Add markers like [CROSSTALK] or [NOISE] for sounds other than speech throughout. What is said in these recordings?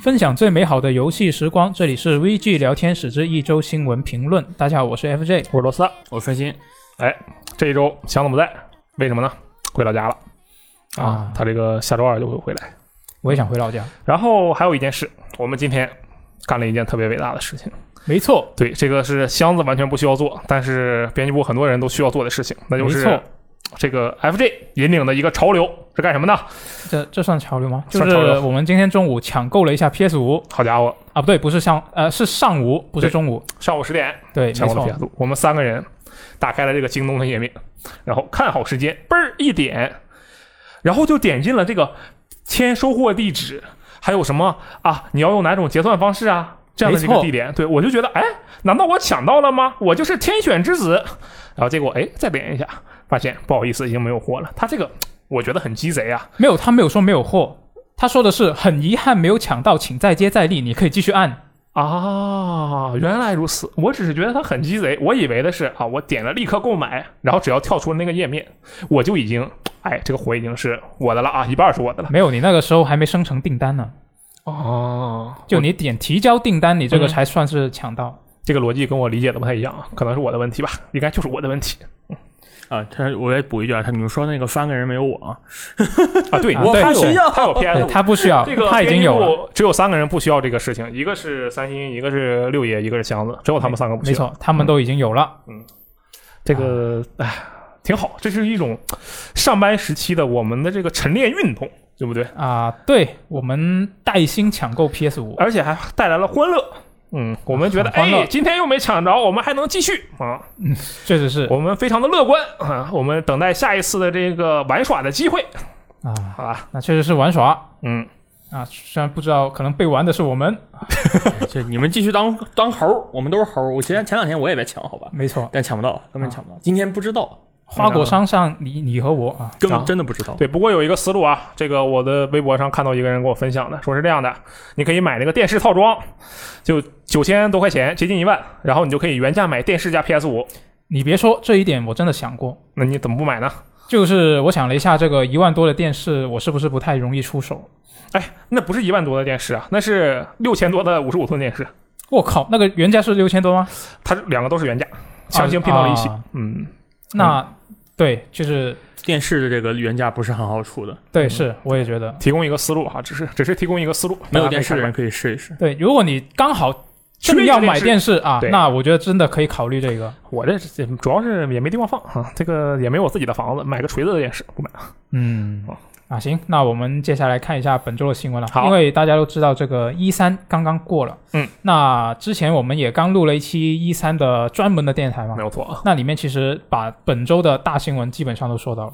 分享最美好的游戏时光，这里是 VG 聊天室之一周新闻评论。大家好，我是 FJ。我是罗斯。我分心，这一周祥子不在，为什么呢？回老家了啊他这个下周二就会回来。我也想回老家。然后还有一件事，我们今天干了一件特别伟大的事情。没错，对，这个是箱子完全不需要做，但是编辑部很多人都需要做的事情，那就没错是这个 FJ 引领的一个潮流是干什么呢？这这算潮流吗？就算是潮流我们今天中午抢购了一下 PS 五好家伙，啊，不对，不是上呃是上午，不是对中午。上午十点对，抢没购了错 PS 我们三个人打开了这个京东的页面，然后看好时间，嘣儿一点，然后就点进了这个签收货地址，还有什么啊？你要用哪种结算方式啊？这样的一没个错地点，对我就觉得，哎，难道我抢到了吗？我就是天选之子。然后结果，哎，再点一下，发现不好意思，已经没有货了。他这个我觉得很鸡贼啊，没有，他没有说没有货，他说的是很遗憾没有抢到，请再接再厉，你可以继续按。啊，原来如此！我只是觉得它很鸡贼，我以为的是啊，我点了立刻购买，然后只要跳出那个页面，我就已经，哎，这个活已经是我的了啊，一半是我的了。没有，你那个时候还没生成订单呢，哦，就你点提交订单，你这个嗯才算是抢到。这个逻辑跟我理解的不太一样啊，可能是我的问题吧，应该就是我的问题啊，他我也补一句啊，他你们说那个三个人没有我，啊。 [LAUGHS] 对，啊我对他有需要他有对 PS，他不需要，哎这个他已经有了。了，只有三个人不需要这个事情，一个是三星，一个是六爷，一个是箱子，只有他们三个不需哎没要。错，他啊们都已经有了。这个哎，挺好，这是一种上班时期的我们的这个晨练运动，对不对？啊、对我们带薪抢购 PS 五，而且还带来了欢乐。嗯，我们觉得很欢乐哎，今天又没抢着，我们还能继续啊，确实是我们非常的乐观啊，我们等待下一次的这个玩耍的机会，啊，好吧？那确实是玩耍嗯，啊。虽然不知道可能被玩的是我们， [LAUGHS] 这你们继续当当猴儿，我们都是猴儿。我前前两天我也在抢，好吧，没错，但抢不到，根本抢不到。啊今天不知道，花果山上你你和我啊，根本啊真的不知道。对。不过有一个思路啊，这个我的微博上看到一个人给我分享的，说是这样的，你可以买那个电视套装，就九千多块钱，接近一万，然后你就可以原价买电视加 PS 五。你别说这一点，我真的想过，那你怎么不买呢？就是我想了一下，这个一万多的电视，我是不是不太容易出手？哎，那不是一万多的电视啊，那是六千多的五十五寸电视，我靠，那个原价是六千多吗？它两个都是原价，强行拼到了一起。啊嗯，那、对，就是电视的这个原价不是很好出的，对，是我也觉得提供一个思路哈，啊只是只是提供一个思路。没有大家可以电视的看人可以试一试。对。如果你刚好缺一正个要买电视电视啊，对那我觉得真的可以考虑这个。看，我这这主要是也没地方放啊，这个也没有我自己的房子，买个锤子的电视不买。嗯好，啊，行，那我们接下来看一下本周的新闻了。好因为大家都知道这个一三刚刚过了，嗯，那之前我们也刚录了一期一三的专门的电台嘛没，有错啊。那里面其实把本周的大新闻基本上都说到了。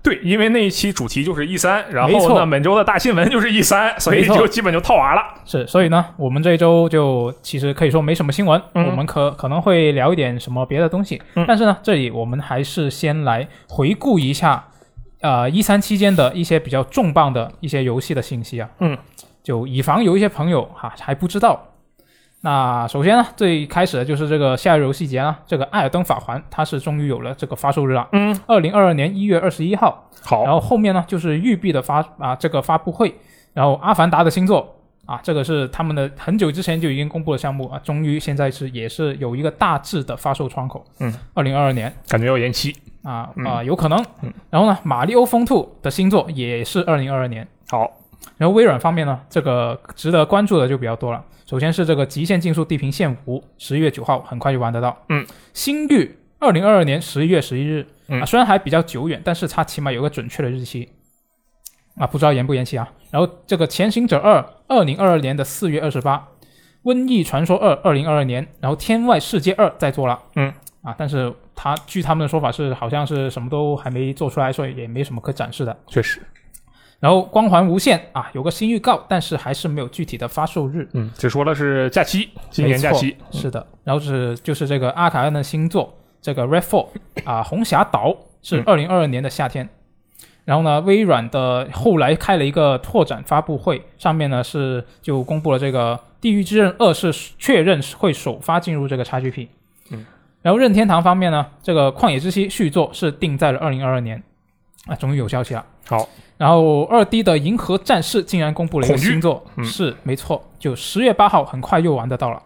对，因为那一期主题就是 E 三，然没后错呢，本周的大新闻就是 E 三，所没以错就基本就套娃了。是，所以呢，我们这一周就其实可以说没什么新闻，嗯我们可可能会聊一点什么别的东西，嗯但是呢，这里我们还是先来回顾一下，呃，一三期间的一些比较重磅的一些游戏的信息啊，嗯，就以防有一些朋友哈、还不知道。那首先呢，最开始的就是这个夏日游戏节啊，这个《艾尔登法环》它是终于有了这个发售日了，嗯，二零二二年一月二十一号，然好，后后面呢就是育碧的发啊这个发布会，然后阿凡达的新作啊，这个是他们的很久之前就已经公布的项目啊，终于现在是也是有一个大致的发售窗口，嗯，二零二二年感觉要延期。啊啊、嗯有可能嗯，然后呢，马里欧风兔的新作也是二零二二年。好，然后微软方面呢，这个值得关注的就比较多了。首先是这个《极限竞速：地平线五》，十一月九号很快就玩得到。嗯， 《星域》二零二二年十一月十一日，嗯啊，虽然还比较久远，但是它起码有个准确的日期。啊，不知道延不延期啊。然后这个《潜行者二》二零二二年的四月二十八，《瘟疫传说二》二零二二年，然后《天外世界二》在做了。嗯，啊，但是它据他们的说法是，好像是什么都还没做出来，所以也没什么可展示的。确实，然后《光环无限》啊，有个新预告，但是还是没有具体的发售日。嗯，只说了是假期，今年假期。没错是的，然后是就是这个阿卡恩的新作，这个 Redfall 啊，《红霞岛》是嗯二零二二年的夏天。然后呢，微软的后来开了一个拓展发布会，上面呢是就公布了这个《地狱之刃二》是确认会首发进入这个 XGP。嗯，然后任天堂方面呢，这个《旷野之息》续作是定在了二零二二年，啊，终于有消息了。好，然后二 D 的《银河战士》竟然公布了一个恐惧新作，嗯是没错，就十月八号，很快又玩得到了。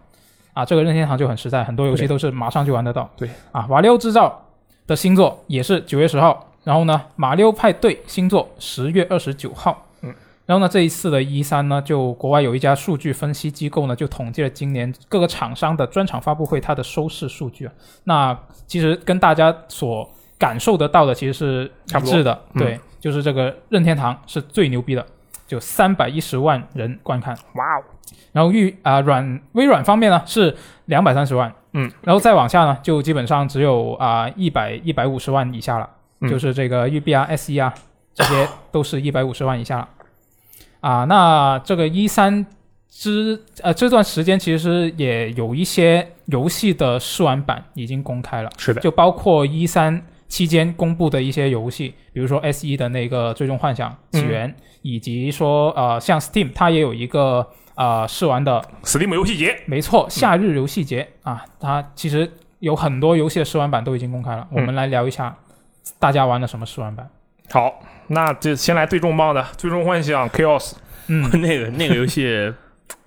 啊，这个任天堂就很实在，很多游戏对都是马上就玩得到。对啊，瓦六制造的新作也是九月十号，然后呢，马六派对新作十月二十九号。嗯，然后呢，这一次的一三呢，就国外有一家数据分析机构呢，就统计了今年各个厂商的专场发布会它的收视数据啊。那其实跟大家所感受得到的其实是差一不多致的，嗯对，就是这个任天堂是最牛逼的，就三百一十万人观看。哇哦，然后预啊、软微软方面呢是两百三十万，嗯，然后再往下呢就基本上只有啊一百一百五十万以下了，嗯就是这个 UBR SE 啊这 [LAUGHS] 些都是一百五十万以下了，啊，那这个一三之呃这段时间其实也有一些游戏的试玩版已经公开了，是的，就包括一三期间公布的一些游戏，比如说 S 一的那个《最终幻想嗯起源》以及说呃像 Steam 它也有一个呃试玩的， Steam 游戏节，没嗯错，夏日游戏节、啊，它其实有很多游戏的试玩版都已经公开嗯了，我们来聊一下大家玩了什么试玩版。好，那这先来最重磅的《最终幻想 Chaos》，嗯，那个那个游戏，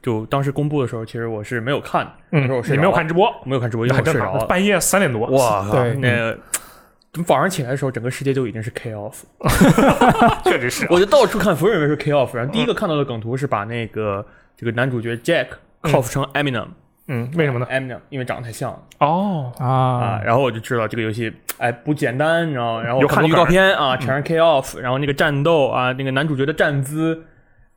就当时公布的时候，其实我是没有看的，那时候我嗯，睡你着没有了看直播，我没有看直播，因为我很正睡着常，了。半夜三点多，哇，对那个等早上起来的时候，整个世界就已经是 chaos。 [LAUGHS] 确实是啊，我就到处看所有人是 chaos，然后第一个看到的梗图是把那个这个男主角 Jack 嗯 cough 成 Eminem，嗯，为什么呢？ Eminem，因为长得太像了哦，啊 [LAUGHS] 啊，，然后我就知道这个游戏哎不简单，你知道吗？然后有我看很预多告梗儿片啊，全是 chaos，然后那个战斗啊，那个男主角的站姿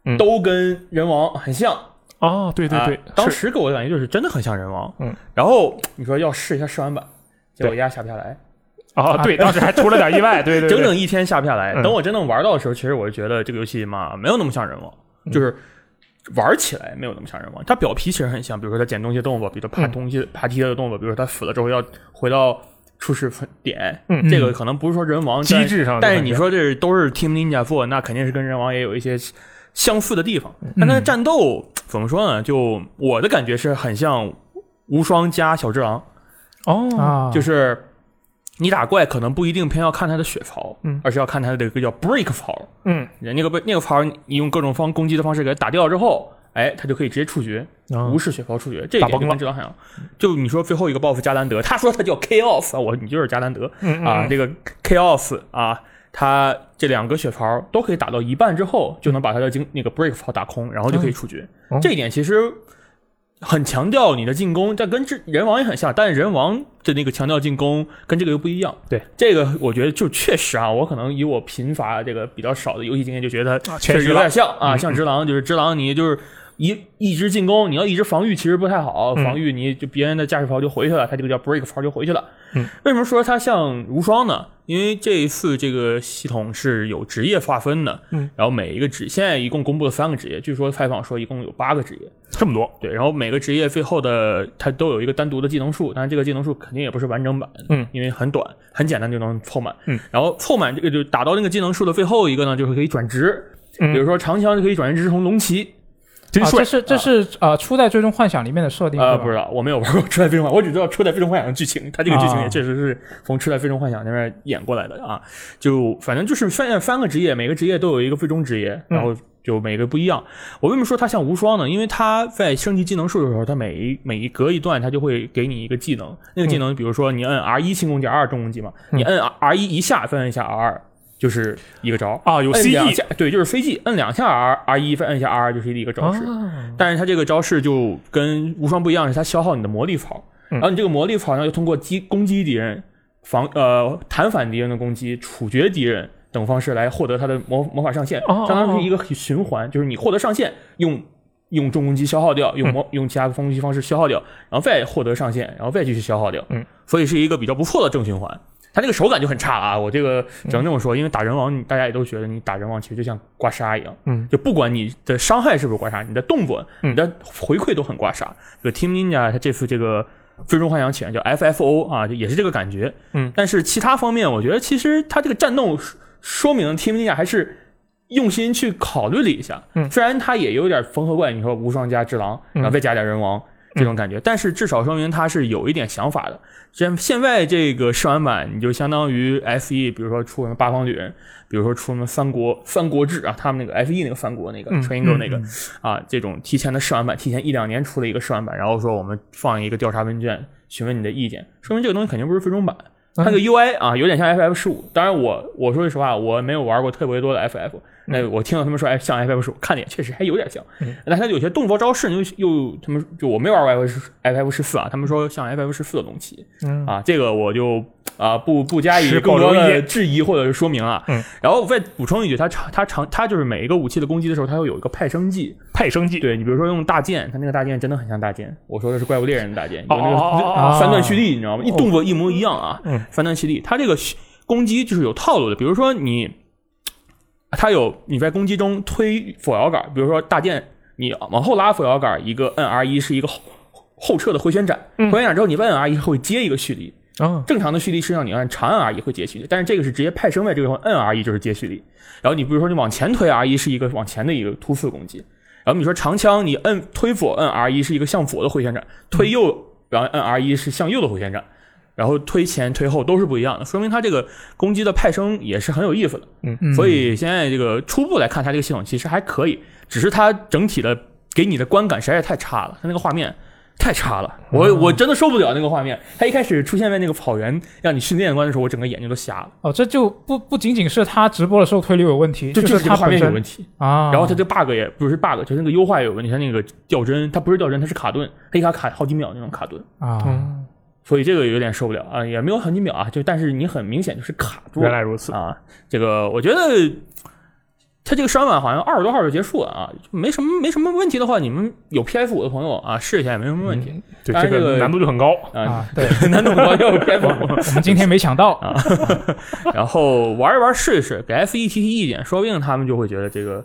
嗯都跟人王很像，哦，对对啊对，当是时给我的感觉就是真的很像人王。嗯，然后你说要试一下试玩版，结果对一下下不下来，啊，对，当时还出了点意外，对对，对整整一天下不下来。嗯等我真正玩到的时候，其实我就觉得这个游戏嘛没有那么像人王，嗯就是。玩起来没有那么像人王，它表皮其实很像，比如说它捡东西的动作，比如它爬嗯东西、爬梯的动作，比如说它死了之后要回到初始点，嗯这个可能不是说人王机，制上，但但是你，说这都是 Team Ninja Four，那肯定是跟人王也有一些相似的地方。嗯但它的战斗怎么说呢？就我的感觉是很像无双加小只狼，哦，啊，就是是你打怪可能不一定偏要看他的血槽，嗯而是要看他的一个叫 break 槽，嗯，人那个被那个槽你用各种方攻击的方式给它打掉之后，哎，他就可以直接处决，哦无视血槽处决，这一打点就崩了跟指导很像。就你说最后一个 BOSS 加兰德，他说他叫 chaos，啊我你就是加兰德嗯啊，嗯这个 chaos 啊。他这两个血槽都可以打到一半之后，就能把他的经那个 break 槽打空，然后就可以处决。哦这一点其实很强调你的进攻，但跟这人王也很像，但是人王的那个强调进攻跟这个又不一样。对，这个我觉得就确实啊，我可能以我贫乏这个比较少的游戏经验，就觉得它啊确确实实有了点像啊，嗯像只狼，就是只狼你就是。一一直进攻，你要一直防御，其实不太好。嗯防御你就别人的驾驶槽就回去了，他这个叫 break 槽就回去了。嗯，为什么说它像无双呢？因为这一次这个系统是有职业划分的，嗯，然后每一个职现在一共公布了三个职业，据说采访说一共有八个职业，这么多，对，然后每个职业最后的它都有一个单独的技能树，但是这个技能树肯定也不是完整版，嗯，因为很短，很简单就能凑满，嗯，然后凑满这个就打到那个技能树的最后一个呢，就是可以转职，嗯比如说长枪就可以转职成龙骑，真啊，帅这，是这是呃初代《最终幻想》里面的设定，呃，对吧不知道，我没有玩过《初代飞龙幻想》，我只知道《初代飞龙幻想》的剧情，它这个剧情啊也确实是从《初代飞龙幻想》那边演过来的啊。就反正就是三呃三个职业，每个职业都有一个最终职业，然嗯后就每个不一样。我为什么说它像无双呢？因为它在升级技能树的时候，它每一每一隔一段，它就会给你一个技能。那个嗯技能，比如说你摁 R 一轻攻击，R 二重攻击嘛，你摁 R 一一下，再摁一下 R 二。就是一个招啊有摁 CE 两下对，就是飞 G，摁两下 R R 一，再摁一下 R 就是一个招式。但是它这个招式就跟无双不一样，是它消耗你的魔力槽，然嗯后你这个魔力槽呢，又通过击攻击敌人、防呃弹反敌人的攻击、处决敌人等方式来获得它的魔魔法上限，哦哦哦哦相当于是一个循环，就是你获得上限用。用重攻击消耗掉，用嗯魔用其他攻击方式消耗掉，然后再获得上限，然后再继续消耗掉，嗯，所以是一个比较不错的正循环。它这个手感就很差了啊，我这个只能这么说，因为打人王，你大家也都觉得你打人王其实就像刮痧一样，嗯，就不管你的伤害是不是刮痧，你的动作、嗯你的回馈都很刮痧。这个 Team Ninja 它这次这个最终幻想起来叫 FFO 啊，也是这个感觉。嗯，但是其他方面，我觉得其实它这个战斗说说明 Team Ninja 还是用心去考虑了一下。嗯嗯虽然它也有点缝合怪，你说无双加只狼，然后再加点人王。这种感觉。但是至少说明它是有一点想法的。现现在这个试玩版，你就相当于 F E，比如说出什么八方旅人，比如说出什么三国三国志啊，他们那个 F E 那个三国那个嗯 Triangle 那个、啊，这种提前的试玩版，提前一两年出了一个试玩版，然后说我们放一个调查问卷，询问你的意见，说明这个东西肯定不是最终版。嗯它这个 UI 啊，有点像 FF 十五。当然我，我说句实话，我没有玩过特别多的 FF。那嗯我听到他们说，哎，像 FF 十五，看着也确实还有点像。那它有些动作招式又又他们就我没玩过 FF FF 十四啊，他们说像 FF 十四的东西。嗯啊，这个我就啊、不不加以持更保多留意的见质疑或者是说明啊。嗯然后我再补充一句，它长它长它就是每一个武器的攻击的时候，它会有一个派生技。派生技，对你比如说用大剑，它那个大剑真的很像大剑。我说的是怪物猎人的大剑，有哦那个哦哦哦三段蓄力，你知道吗？一动作一模一样啊，嗯三段蓄力。它这个蓄攻击就是有套路的，比如说你，它有你在攻击中推左摇杆，比如说大剑，你往后拉左摇杆，一个摁 R 一是一个后后撤的回旋斩，嗯回旋斩之后你摁 R 一会接一个蓄力，啊，正常的蓄力是让你按长按 R 一会接蓄力，但是这个是直接派生位这个地方摁 R 一就是接蓄力。然后你比如说你往前推 R 一是一个往前的一个突刺攻击，然后你说长枪你摁推左摁 R 一是一个向左的回旋斩，推右然后摁 R 一是向右的回旋斩，然后推前推后都是不一样的，说明它这个攻击的派生也是很有意思的。嗯所以现在这个初步来看，它这个系统其实还可以，只是它整体的给你的观感实在是太差了，它那个画面。太差了，我嗯我真的受不了那个画面。它一开始出现在那个草原让你训练官的时候，我整个眼睛都瞎了，哦，这就不不仅仅是他直播的时候推流有问题，就就是这个他画本面有身问题。啊。然后它这 bug 也不是 bug，就是那个优化也有问题。它那个掉帧，它不是掉帧，它是卡顿，它一卡卡好几秒那种卡顿，啊，嗯，所以这个有点受不了啊，也没有好几秒啊，就但是你很明显就是卡住了原。来如此，啊，这个我觉得它这个删晚好像二十多号就结束了啊，就没什么没什么问题的话，你们有 PS 五的朋友啊试一下也没什么问题、 [LAUGHS] 对当这然这个个难度就很高，啊。啊，对，难度高要 PS 五， [LAUGHS] 我们今天没想到，啊然后玩一玩试一试，给 SE 提提意见，说不定他们就会觉得这个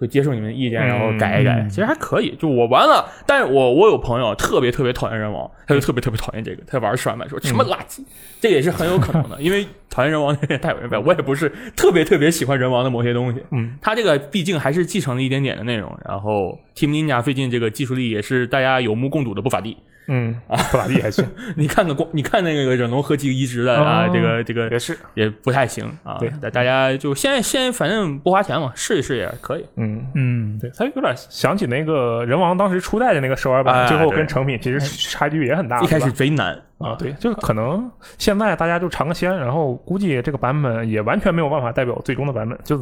会接受你们的意见，嗯然后改一改，其实还可以。就我玩了，但是我我有朋友特别特别讨厌人王，嗯他就特别特别讨厌这个，他玩试玩版说什么垃圾，这个也是很有可能的，因为讨厌人王那边太有人版，我也不是特别特别喜欢人王的某些东西，嗯，他这个毕竟还是继承了一点点的内容，然后 Team Ninja 最近这个技术力也是大家有目共睹的不咋地，嗯，啊不咋地还行，你看看光你看那个忍龙合集移植的啊，哦这个这个也是， [LAUGHS] 也不太行啊。对大大家就现在现在反正不花钱嘛，试一试也可以。嗯。嗯，对，他有点想起那个人王当时初代的那个手玩版，哎最后对跟成品其实差距也很大。一开是始吧贼难啊，对，就是可能现在大家就尝个鲜，然后估计这个版本也完全没有办法代表最终的版本，就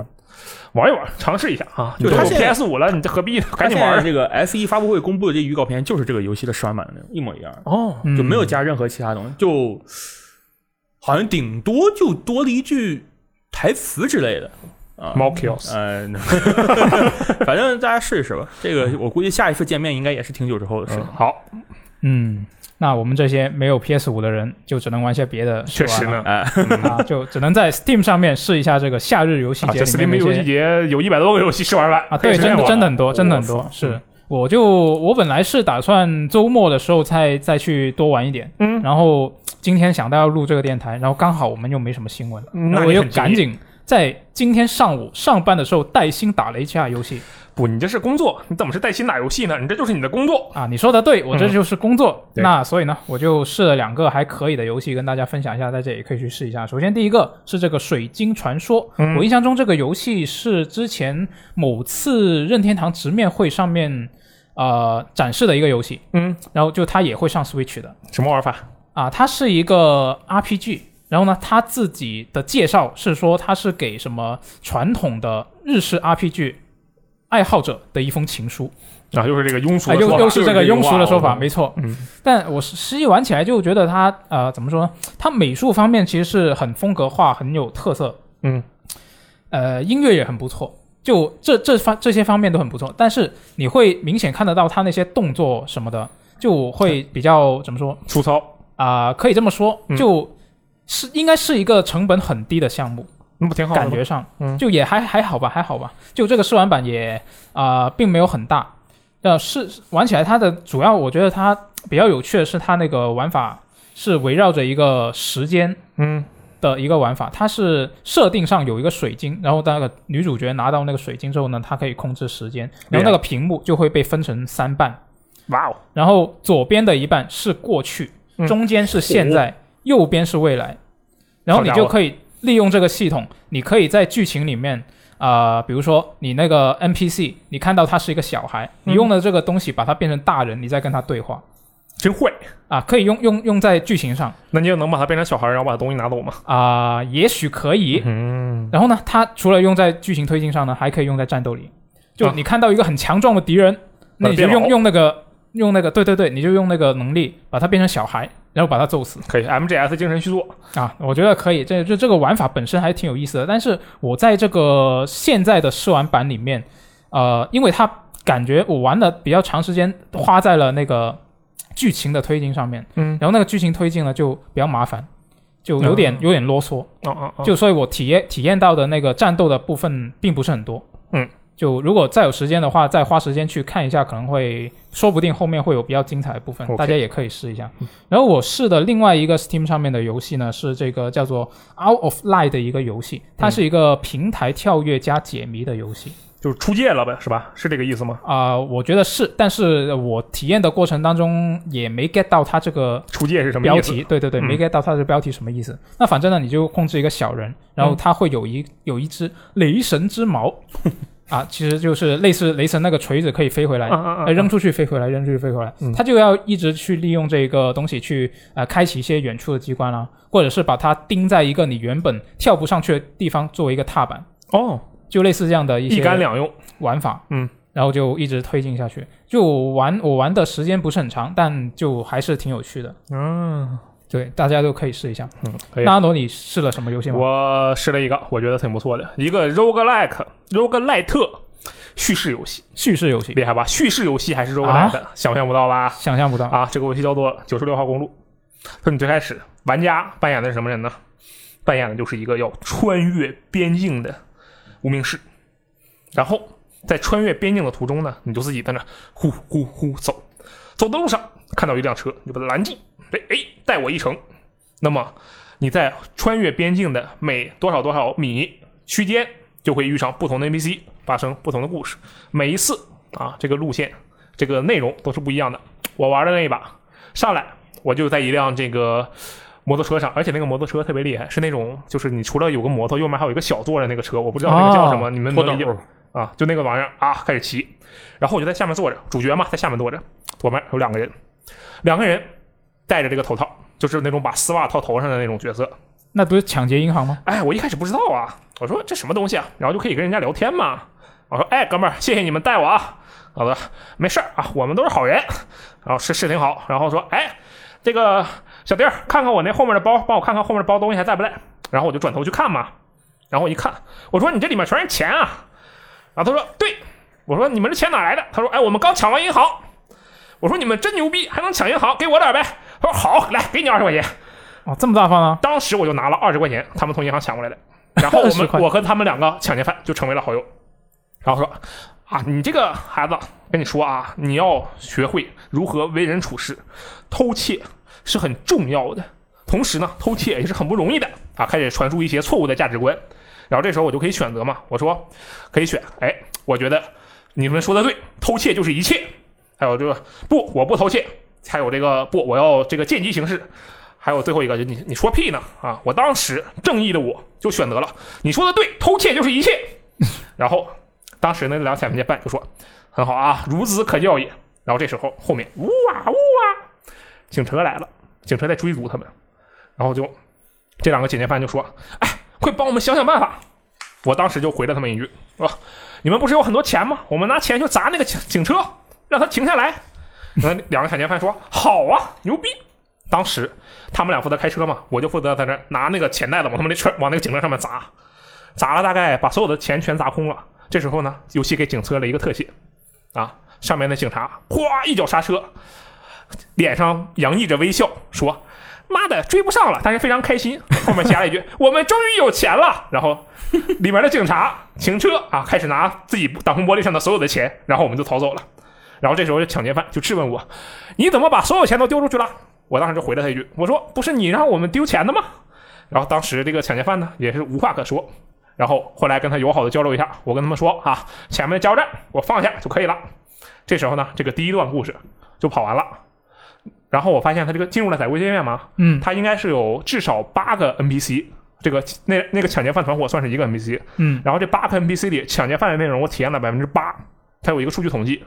玩一玩，尝试一下啊。就你都它有现在 PS 五了，你这何必呢？赶紧它玩现在儿这个 S E 发布会公布的这预告片就是这个游戏的试玩版的内容，一模一样，哦。嗯就没有加任何其他东西，就好像顶多就多了一句台词之类的。啊，猫 kills，呃， [LAUGHS] 反正大家试一试吧。这个我估计下一次见面应该也是挺久之后的事嗯情。，好，嗯，那我们这些没有 PS 五的人，就只能玩些别的试确玩实了，呢，哎，啊， [LAUGHS] 就只能在 Steam 上面试一下这个夏日游戏啊，节这里面 Steam 的一些游戏节有一百多个游戏试玩版啊，对，真的真的很多，真的很多。嗯是，我就我本来是打算周末的时候再再去多玩一点，嗯然后今天想到要录这个电台，然后刚好我们又没什么新闻，嗯然后那我你又很敬赶业紧在今天上午上班的时候带薪打了一下游戏不，你这是工作，你怎么是带薪打游戏呢？你这就是你的工作。啊。你说的对，我这就是工作。嗯对那所以呢，我就试了两个还可以的游戏，跟大家分享一下，在这里可以去试一下。首先第一个是这个《水晶传说》，嗯我印象中这个游戏是之前某次任天堂直面会上面呃展示的一个游戏，嗯，然后就它也会上 Switch 的什么玩法？啊，它是一个 RPG。然后呢，它自己的介绍是说它是给什么传统的日式 RPG 爱好者的一封情书，啊，又是这个庸俗啊，的又说法，又是这个庸俗的说哇法，哦没错。嗯，但我实实际玩起来就觉得它呃怎么说呢？它美术方面其实是很风格化，很有特色。嗯，呃，音乐也很不错，就这这方这些方面都很不错。但是你会明显看得到它那些动作什么的，就会比较怎么说粗糙，啊、可以这么说，嗯就是应该是一个成本很低的项目。那不挺好的感吗？觉上，嗯就也还还好吧，还好吧。就这个试玩版也啊、呃并没有很大。呃，是玩起来它的主要，我觉得它比较有趣的是它那个玩法是围绕着一个时间嗯的一个玩法，它是设定上有一个水晶，然后那个女主角拿到那个水晶之后呢，她可以控制时间，然后那个屏幕就会被分成三半，哇哦，然后左边的一半是过去，嗯中间是现在，右边是未来。然后你好家伙就可以利用这个系统，你可以在剧情里面啊、比如说你那个 NPC，你看到他是一个小孩，你用了这个东西把他变成大人，你再跟他对话真会！啊，可以用用用在剧情上那你就能把它变成小孩，然后把东西拿走吗？啊、也许可以。嗯，然后呢，它除了用在剧情推进上呢，还可以用在战斗里。就啊你看到一个很强壮的敌人，那你就变老用用那个用那个，对对对，你就用那个能力把他变成小孩，然后把他揍死可以，MGS 精神续作，啊！我觉得可以，这这这个玩法本身还挺有意思的。但是我在这个现在的试玩版里面，呃，因为它感觉我玩的比较长时间，花在了那个剧情的推进上面，嗯，然后那个剧情推进呢就比较麻烦，就有点嗯有点啰嗦。哦哦哦，就所以，我体验体验到的那个战斗的部分并不是很多。嗯，就如果再有时间的话，再花时间去看一下，可能会说不定后面会有比较精彩的部分 OK 大家也可以试一下。然后我试的另外一个 Steam 上面的游戏呢，是这个叫做《Out of Light》的一个游戏，它是一个平台跳跃加解谜的游戏就是出界了呗，是吧？是这个意思吗？啊、我觉得是，但是我体验的过程当中也没 get 到它这个出界是什么标意思题，对对对，嗯没 get 到它的标题什么意思。那反正呢，你就控制一个小人，然嗯后他会有一有一只雷神之 [LAUGHS] 矛啊，其实就是类似雷神那个锤子可以飞回来啊，啊啊！呃扔出去飞回来，扔出去飞回来嗯，他就要一直去利用这个东西去呃开启一些远处的机关啦、啊或者是把它钉在一个你原本跳不上去的地方作为一个踏板，哦，就类似这样的一一些杆两用，玩法，嗯，然后就一直推进下去。就玩我玩的时间不是很长，但就还是挺有趣的。嗯对，大家都可以试一下。嗯，可以。拉罗，你试了什么游戏吗？我试了一个，我觉得挺不错的，一个 roguelike roguelite 叙事游戏，叙事游戏，厉害吧？叙事游戏还是 roguelike，、想象不到吧？想象不到。啊，这个游戏叫做《九十六号公路》。从你最开始，玩家扮演的是什么人呢？扮演的就是一个要穿越边境的无名氏。然后在穿越边境的途中呢，你就自己在那呼呼呼走，走的路上看到一辆车，你就把它拦截，哎哎，带我一程。那么你在穿越边境的每多少多少米区间，就会遇上不同的 NPC，发生不同的故事。每一次啊，这个路线、这个内容都是不一样的。我玩的那一把上来，我就在一辆这个摩托车上，而且那个摩托车特别厉害，是那种就是你除了有个摩托，右面还有一个小座的那个车，我不知道那个叫什么，哦你们拖能斗理解啊，就那个玩意儿啊，开始骑，然后我就在下面坐着，主角嘛在下面坐着，左边有两个人，两个人戴着这个头套，就是那种把丝袜套头上的那种角色。那不是抢劫银行吗？哎，我一开始不知道啊，我说这什么东西啊，然后就可以跟人家聊天嘛。我说，哎，哥们儿，谢谢你们带我啊。好的，没事儿啊，我们都是好人。然后是是挺好，然后说，哎，这个小弟儿，看看我那后面的包，帮我看看后面的包东西还在不在。然后我就转头去看嘛，然后我一看，我说你这里面全是钱啊。然后他说，对，我说你们这钱哪来的？他说，哎，我们刚抢完银行。我说你们真牛逼，还能抢银行，给我点儿呗。他说好，来，给你二十块钱。哦，这么大方啊！当时我就拿了二十块钱，他们从银行抢过来的。然后我20们块我和他们两个抢劫犯就成为了好友。然后说啊，你这个孩子，跟你说啊，你要学会如何为人处事，偷窃是很重要的，同时呢，偷窃也是很不容易的啊。开始传输一些错误的价值观。然后这时候我就可以选择嘛，我说可以选，哎，我觉得你们说的对，偷窃就是一切。还有这个不，我不偷窃。还有这个不，我要这个见机行事。还有最后一个，就你你说屁呢啊！我当时正义的我就选择了，你说的对，偷窃就是一切。 [LAUGHS] 然后当时那两抢劫犯就说：“很好啊，孺子可教也。”然后这时候后面呜啊呜啊，警车来了，警车在追逐他们，然后就这两个抢劫犯就说：“哎，快帮我们想想办法！”我当时就回了他们一句：“啊，你们不是有很多钱吗？我们拿钱去砸那个警警车，让他停下来。”然后两个抢劫犯说：“好啊，牛逼！”当时他们俩负责开车嘛，我就负责在那儿拿那个钱袋子往他们那车往那个警车上面砸，砸了大概把所有的钱全砸空了。这时候呢，游戏给警车了一个特写，啊，上面的警察哗一脚刹车，脸上洋溢着微笑，说：“妈的，追不上了，但是非常开心。”后面加了一句：“我们终于有钱了。”然后里面的警察停车啊，开始拿自己挡风玻璃上的所有的钱，然后我们就逃走了。然后这时候抢劫犯就质问我：“你怎么把所有钱都丢出去了？”我当时就回了他一句：“我说不是你让我们丢钱的吗？”然后当时这个抢劫犯呢也是无话可说，然后后来跟他友好的交流一下，我跟他们说啊，前面的加油站我放下就可以了。这时候呢，这个第一段故事就跑完了。然后我发现它这个进入了载柜界面嘛，嗯它应该是有至少八个 NPC。这个那那个抢劫犯团伙算是一个 NPC，嗯然后这八个 NPC 里，抢劫犯的内容我体验了百分之八，它有一个数据统计，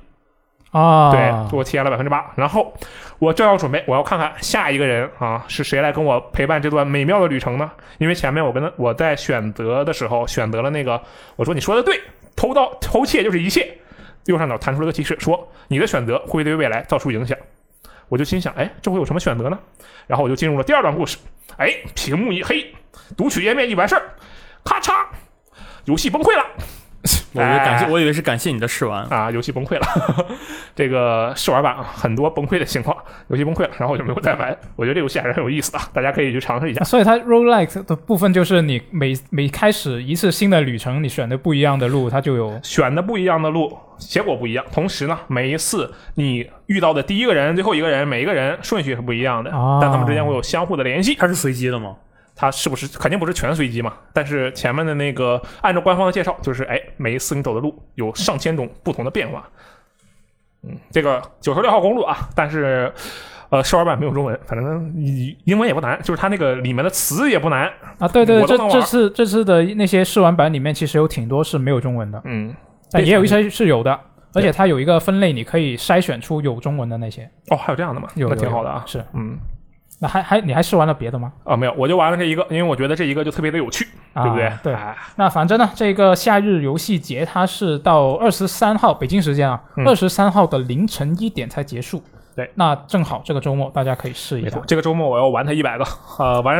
啊，对，我体验了百分之八。然后我正要准备，我要看看下一个人啊是谁来跟我陪伴这段美妙的旅程呢？因为前面我跟他我在选择的时候选择了那个，我说你说的对，偷盗偷窃就是一切。右上角弹出了个提示，说你的选择会对未来造出影响。我就心想，哎，这会有什么选择呢？然后我就进入了第二段故事。哎，屏幕一黑，读取页面一完事儿，咔嚓，游戏崩溃了。我以为感谢，哎我以为是感谢你的试玩。啊，游戏崩溃了。 [LAUGHS] 这个试玩版啊，很多崩溃的情况，游戏崩溃了，然后我就没有再玩。我觉得这游戏还是很有意思的，大家可以去尝试一下啊。所以它 roguelike 的部分就是你每每开始一次新的旅程，你选的不一样的路，它就 [LAUGHS] 有选的不一样的路，结果不一样。同时呢，每一次你遇到的第一个人、最后一个人，每一个人顺序是不一样的，啊但他们之间会有相互的联系。它是随机的吗？它是不是肯定不是全随机嘛？但是前面的那个按照官方的介绍，就是哎，每一次你走的路有上千种不同的变化。嗯，这个九十六号公路啊，但是呃，试玩版没有中文，反正你英文也不难，就是它那个里面的词也不难。啊，对对，我这都能玩这次这次的那些试玩版里面，其实有挺多是没有中文的，嗯，但对也有一些是有的，而且它有一个分类，你可以筛选出有中文的那些。哦，还有这样的嘛？有那有挺好的啊。是，嗯，那还还你还试玩了别的吗？啊，没有，我就玩了这一个，因为我觉得这一个就特别的有趣，啊对不对？对哎那反正呢，这个夏日游戏节它是到二十三号北京时间啊，嗯二十三号的凌晨一点才结束。对，那正好这个周末大家可以试一没下错，这个周末我要玩它一百个，呃，玩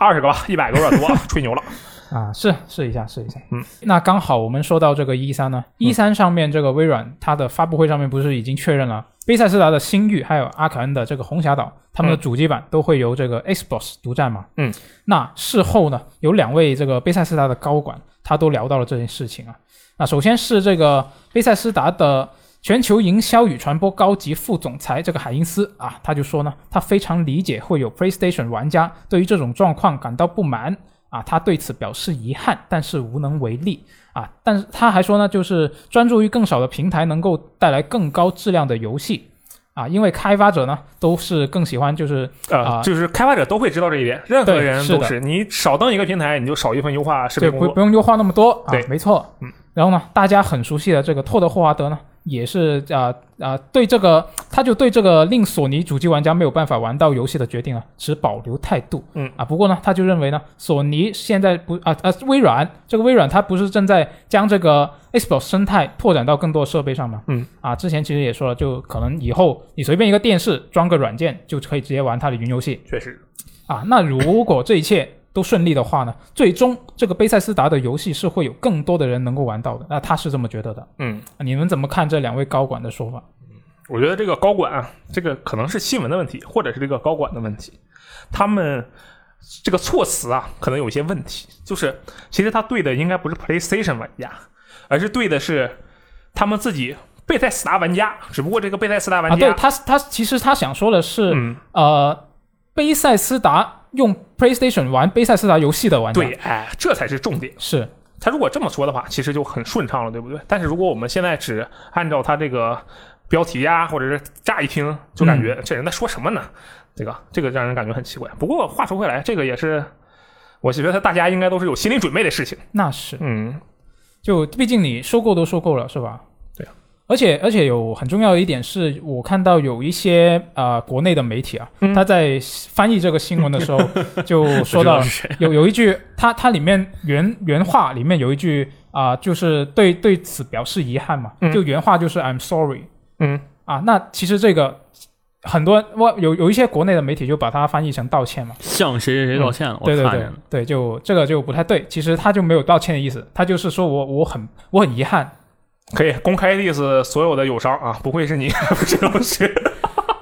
二十个吧，一百个有点多， [LAUGHS] 吹牛了。啊，是试一下试一下。嗯，那刚好我们说到这个一三呢，一三上面这个微软它的发布会上面不是已经确认了，贝塞斯达的星域还有阿卡恩的这个红霞岛，他们的主机版都会由这个 Xbox 独占嘛？嗯，那事后呢，有两位这个贝塞斯达的高管，他都聊到了这件事情啊。那首先是这个贝塞斯达的全球营销与传播高级副总裁这个海因斯啊，他就说呢，他非常理解会有 PlayStation 玩家对于这种状况感到不满啊，他对此表示遗憾，但是无能为力啊。但是他还说呢，就是专注于更少的平台能够带来更高质量的游戏啊，因为开发者呢都是更喜欢就是呃，啊就是开发者都会知道这一点，任何对人是都的是，你少登一个平台，你就少一份优化设备对，工不作。不用优化那么多啊，对没错。嗯，然后呢，大家很熟悉的这个托德霍华德呢，也是啊啊、对这个他就对这个令索尼主机玩家没有办法玩到游戏的决定啊，持保留态度。嗯啊，不过呢，他就认为呢，索尼现在不啊啊，微软这个微软它不是正在将这个 Xbox 生态拓展到更多设备上吗？嗯，啊，之前其实也说了，就可能以后你随便一个电视装个软件就可以直接玩它的云游戏。确实，啊，那如果这一切都顺利的话呢， [LAUGHS] 最终这个贝塞斯达的游戏是会有更多的人能够玩到的。那他是这么觉得的，啊嗯，你们怎么看这两位高管的说法？我觉得这个高管啊，这个可能是新闻的问题，或者是这个高管的问题，他们这个措辞啊，可能有一些问题。就是其实他对的应该不是 PlayStation 玩家，而是对的是他们自己贝塞斯达玩家，只不过这个贝塞斯达啊，玩家，对他，他其实他想说的是，嗯，呃，贝塞斯达用 PlayStation 玩贝塞斯达游戏的玩家，对，哎，这才是重点。是他如果这么说的话，其实就很顺畅了，对不对？但是如果我们现在只按照他这个标题呀、或者是乍一听就感觉这人在说什么呢？这个这个让人感觉很奇怪。不过话说回来，这个也是我觉得大家应该都是有心理准备的事情。那是，嗯，就毕竟你收购都收购了，是吧？对啊。而且而且有很重要的一点是，我看到有一些啊、呃国内的媒体啊，嗯他在翻译这个新闻的时 [LAUGHS] 候就说到我知道是谁有有一句，它它里面原原话里面有一句啊、就是对对此表示遗憾嘛，嗯就原话就是 I'm sorry，嗯啊，那其实这个很多我有有一些国内的媒体就把它翻译成道歉嘛，向谁谁谁道歉了？我对对看见对了。对，就这个就不太对，其实他就没有道歉的意思，他就是说我我很我很遗憾，可以公开 diss 所有的友商啊，不愧是你，不知道是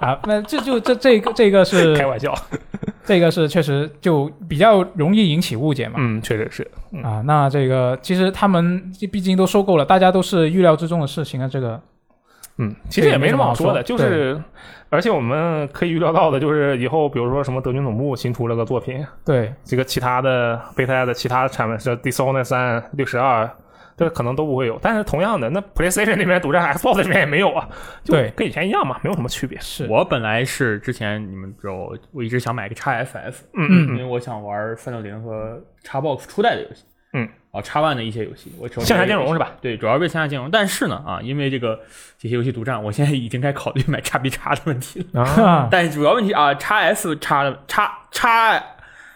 啊，那这就这这个这个开 [LAUGHS] 是玩笑。这个是确实就比较容易引起误解嘛。嗯，确实是。嗯啊，那这个其实他们毕竟都收购了，大家都是预料之中的事情啊。这个嗯，其实也没什么好说的，这就个没什么好说是，而且我们可以预料到的，就是以后比如说什么德军总部新出了个作品，对这个其他的备胎的其他产品，这 Dishonored 三、六十二，这可能都不会有。但是同样的，那 PlayStation 那边独占，Xbox 这边也没有啊，就对跟以前一样嘛，没有什么区别。是我本来是之前你们知道，我我一直想买个 x FF，因嗯为我想玩三六零和 Xbox 初代的游戏，嗯，啊 X One 的一些游戏，我手里向有下嗯兼游容戏是吧？对，主要是为向下兼容。但是呢，啊，因为这个这些游戏独占，我现在已经该考虑买 x B x 的问题了。嗯啊，哈 [LAUGHS] 但主要问题啊，x S 叉的叉叉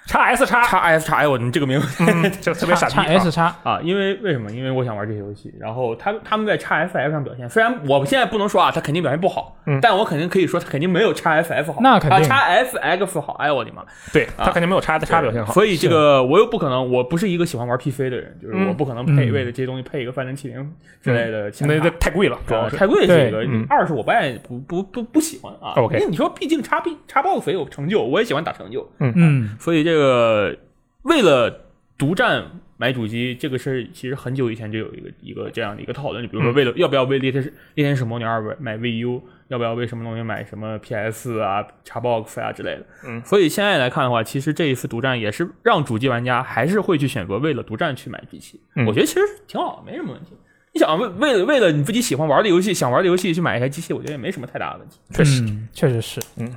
叉 S 叉，叉 S 叉，哎我你这个名 [LAUGHS] 字嗯，就特别傻逼叉啊。 S 叉，啊，因为为什么？因为我想玩这些游戏。然后他他们在 x F F 上表现，虽然我现在不能说啊，他肯定表现不好，嗯但我肯定可以说他肯定没有 x F F 好，那肯定啊 x F X 好。哎我的妈！对他肯定没有叉的叉表现好。所以这个我又不可能，我不是一个喜欢玩 PC 的人，就是我不可能配嗯为了这些东西配一个泛针七零之类的显卡。嗯那这太贵了，主要呃是。太贵是一个对嗯，二是我不爱不不不不喜欢啊。 OK 因为你说毕竟叉 B 叉 box 也有成就，我也喜欢打成就，嗯，所以这个为了独占买主机这个事儿，其实很久以前就有一个一个这样的一个讨论，就比如说嗯为了、要不要为猎天使猎天使魔女二买 VU，要不要为什么东西买什么 PS 啊、Xbox 啊之类的。嗯所以现在来看的话，其实这一次独占也是让主机玩家还是会去选择为了独占去买机器，嗯我觉得其实挺好的，没什么问题。你想为为了为了你自己喜欢玩的游戏，想玩的游戏去买一台机器，我觉得也没什么太大的问题。确实嗯确实是，嗯，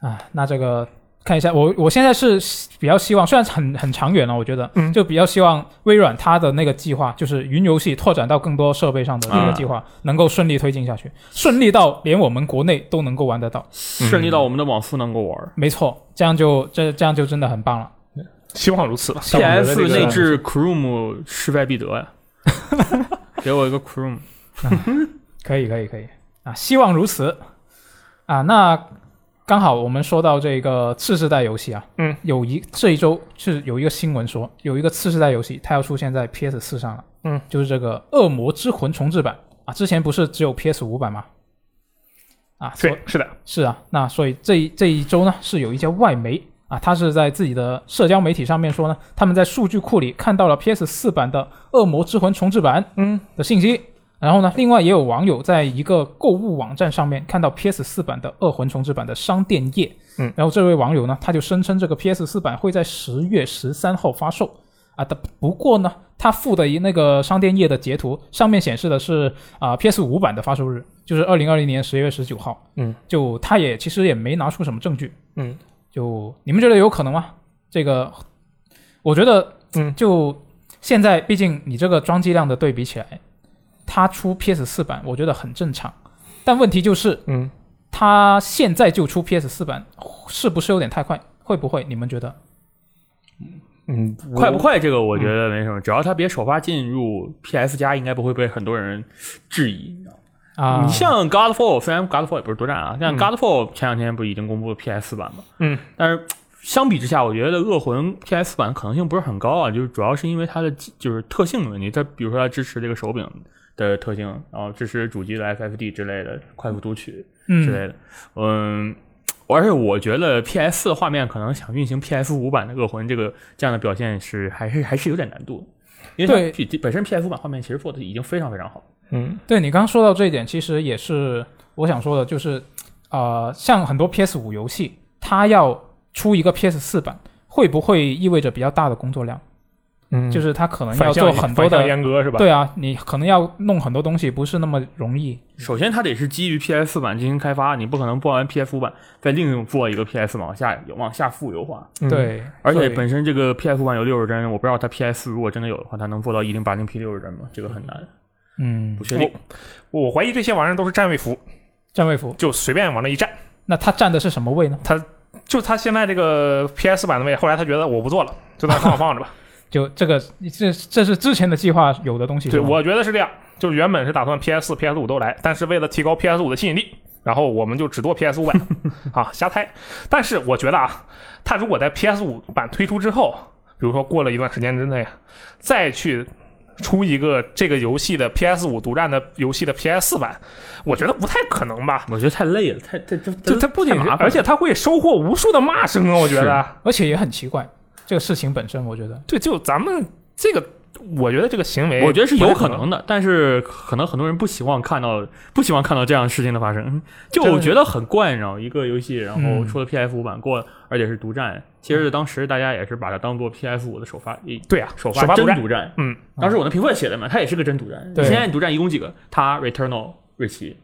啊，那这个看一下，我我现在是比较希望，虽然很很长远了，我觉得，嗯就比较希望微软它的那个计划，就是云游戏拓展到更多设备上的这啊个计划，能够顺利推进下去，顺利到连我们国内都能够玩得到。嗯顺利到我们的网速能够玩。没错，这样就这这样就真的很棒了。希望如此吧。但我觉得 PS 这个内置 Chrome 失败必得呀、给我一个 Chrome，可以，可以，可以啊！希望如此啊。那刚好我们说到这个次世代游戏啊，嗯，有一这一周是有一个新闻说，有一个次世代游戏它要出现在 PS 四上了，嗯，就是这个《恶魔之魂》重置版啊。之前不是只有 PS 五版吗？啊，所对，是的，是啊，那所以这一这一周呢，是有一家外媒啊，他是在自己的社交媒体上面说呢，他们在数据库里看到了 PS 四版的《恶魔之魂》重置版嗯的信息。然后呢，另外也有网友在一个购物网站上面看到 PS 四版的《恶魂重置版》的商店页，嗯，然后这位网友呢，他就声称这个 PS 四版会在十月十三号发售啊，但不过呢，他附的一那个商店页的截图上面显示的是啊、PS 五版的发售日，就是二零二零年十月十九号，嗯，就他也其实也没拿出什么证据，嗯，就你们觉得有可能吗？这个，我觉得，嗯就现在，毕竟你这个装机量的对比起来，它出 PS 四版，我觉得很正常。但问题就是，嗯，它现在就出 PS 四版，是不是有点太快？会不会？你们觉得？嗯，快不快？这个我觉得没什么，只要它别首发进入 PS 加，应该不会被很多人质疑。你知道吗啊、你像 Godfall，虽然 Godfall 也不是多战啊，但 Godfall 前两天不是已经公布了 PS 版吗？嗯，但是。相比之下，我觉得《恶魂》PS 版可能性不是很高啊，就是主要是因为它的机就是特性的问题。它比如说它支持这个手柄的特性，然后支持主机的 FFD 之类的快速读取，之嗯，类的。嗯，而且我觉得 PS 四画面可能想运行 PS 五版的恶魂这个这样的表现是还是还是有点难度，因为它比本身 PS 五版画面其实做的已经非常非常好。嗯对你刚刚说到这一点，其实也是我想说的，就是，呃，像很多 PS 五游戏，它要出一个 PS 四版，会不会意味着比较大的工作量？嗯，就是它可能要反向做很多反的向阉割是吧？对啊，你可能要弄很多东西，不是那么容易。首先，它得是基于 PS 四版进行开发，你不可能做完 PS 五版再另用做一个 PS 往下往下附优化。嗯，对，而所且以本身这个 PS 五版有六十帧，我不知道它 PS 如果真的有的话，它能做到一零八零 P 六十帧吗？这个很难，嗯不，确定。我怀疑这些玩意儿都是站位服，站位服，就随便往那一站。那他站的是什么位呢？就他现在这个 PS 版的位，后来他觉得我不做了，就当放放着吧。就这个，这这是之前的计划有的东西。对，是吗我觉得是这样。就是原本是打算 PS 4 PS 5都来，但是为了提高 PS 5的吸引力，然后我们就只做 PS 5版 [LAUGHS] 啊，瞎猜。但是我觉得啊，他如果在 PS 5版推出之后，比如说过了一段时间之内，再去出一个这个游戏的 PS 5独占的游戏的 PS 4版，我觉得不太可能吧。我觉得太累了，太太这就它不仅太是麻，烦了而且它会收获无数的骂声啊！我觉得，而且也很奇怪，这个事情本身，我觉得对，就咱们这个我觉得这个行为，我觉得是有可能。能的，但是可能很多人不希望看到，不希望看到这样的事情的发生，就真的我觉得很怪，你知道吗，一个游戏然后嗯出了 PS 五版过，而且是独占，其实当时大家也是把它当做 PS 五的首发，一对啊，首首发真独占独占。嗯，当时我那评论写的嘛，它也是个真独占。对现在你独占一共几个？它 Returnal 瑞奇，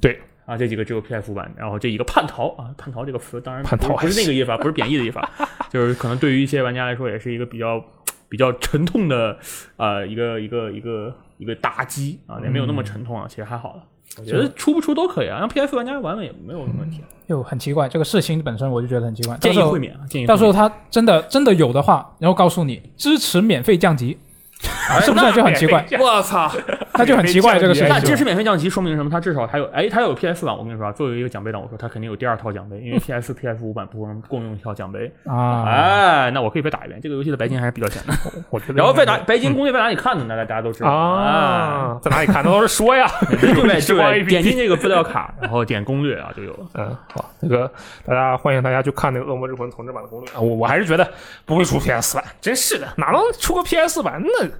对啊，这几个只有 PS 版，然后这一个叛逃啊，叛逃这个词当然叛逃不是不是那个意思啊，不是贬义的意 [LAUGHS] 思啊，就是可能对于一些玩家来说也是一个比较比较沉痛的呃一个一个一个一个打击啊，也没有嗯那么沉痛啊，其实还好了。我觉得出不出都可以啊，让 PS 玩家玩玩也没有什么问题啊。就很奇怪，这个事情本身我就觉得很奇怪。到建议时会候免啊，建议到时候候他真的真的有的话，然后告诉你支持免费降级，哎是不是就很奇怪？ [LAUGHS] 我操，他就很奇怪这个事哎那情支就。持免费降级哎说明什么？它至少还有，哎，它有 PS 版。我跟你说啊，作为一个奖杯党，我说它肯定有第二套奖杯， [LAUGHS] 因为 PS、PS 五版不能共用一套奖杯。啊，哎，那我可以被打一遍。这个游戏的白金还是比较浅的。我觉得应该然后被打白金攻略在哪里看的呢？大家大家都知道啊，，在哪里看？那都是说呀，哎 [LAUGHS] 对 [LAUGHS] 对是吧对，点进这个资料卡，然后点攻略啊，就有 [LAUGHS] 了。嗯，好，那个大家欢迎大家去看那个《恶魔之魂》重置版的攻略啊，我我还是觉得不会出 PS 版，真是的，哪能出个 PS 版？那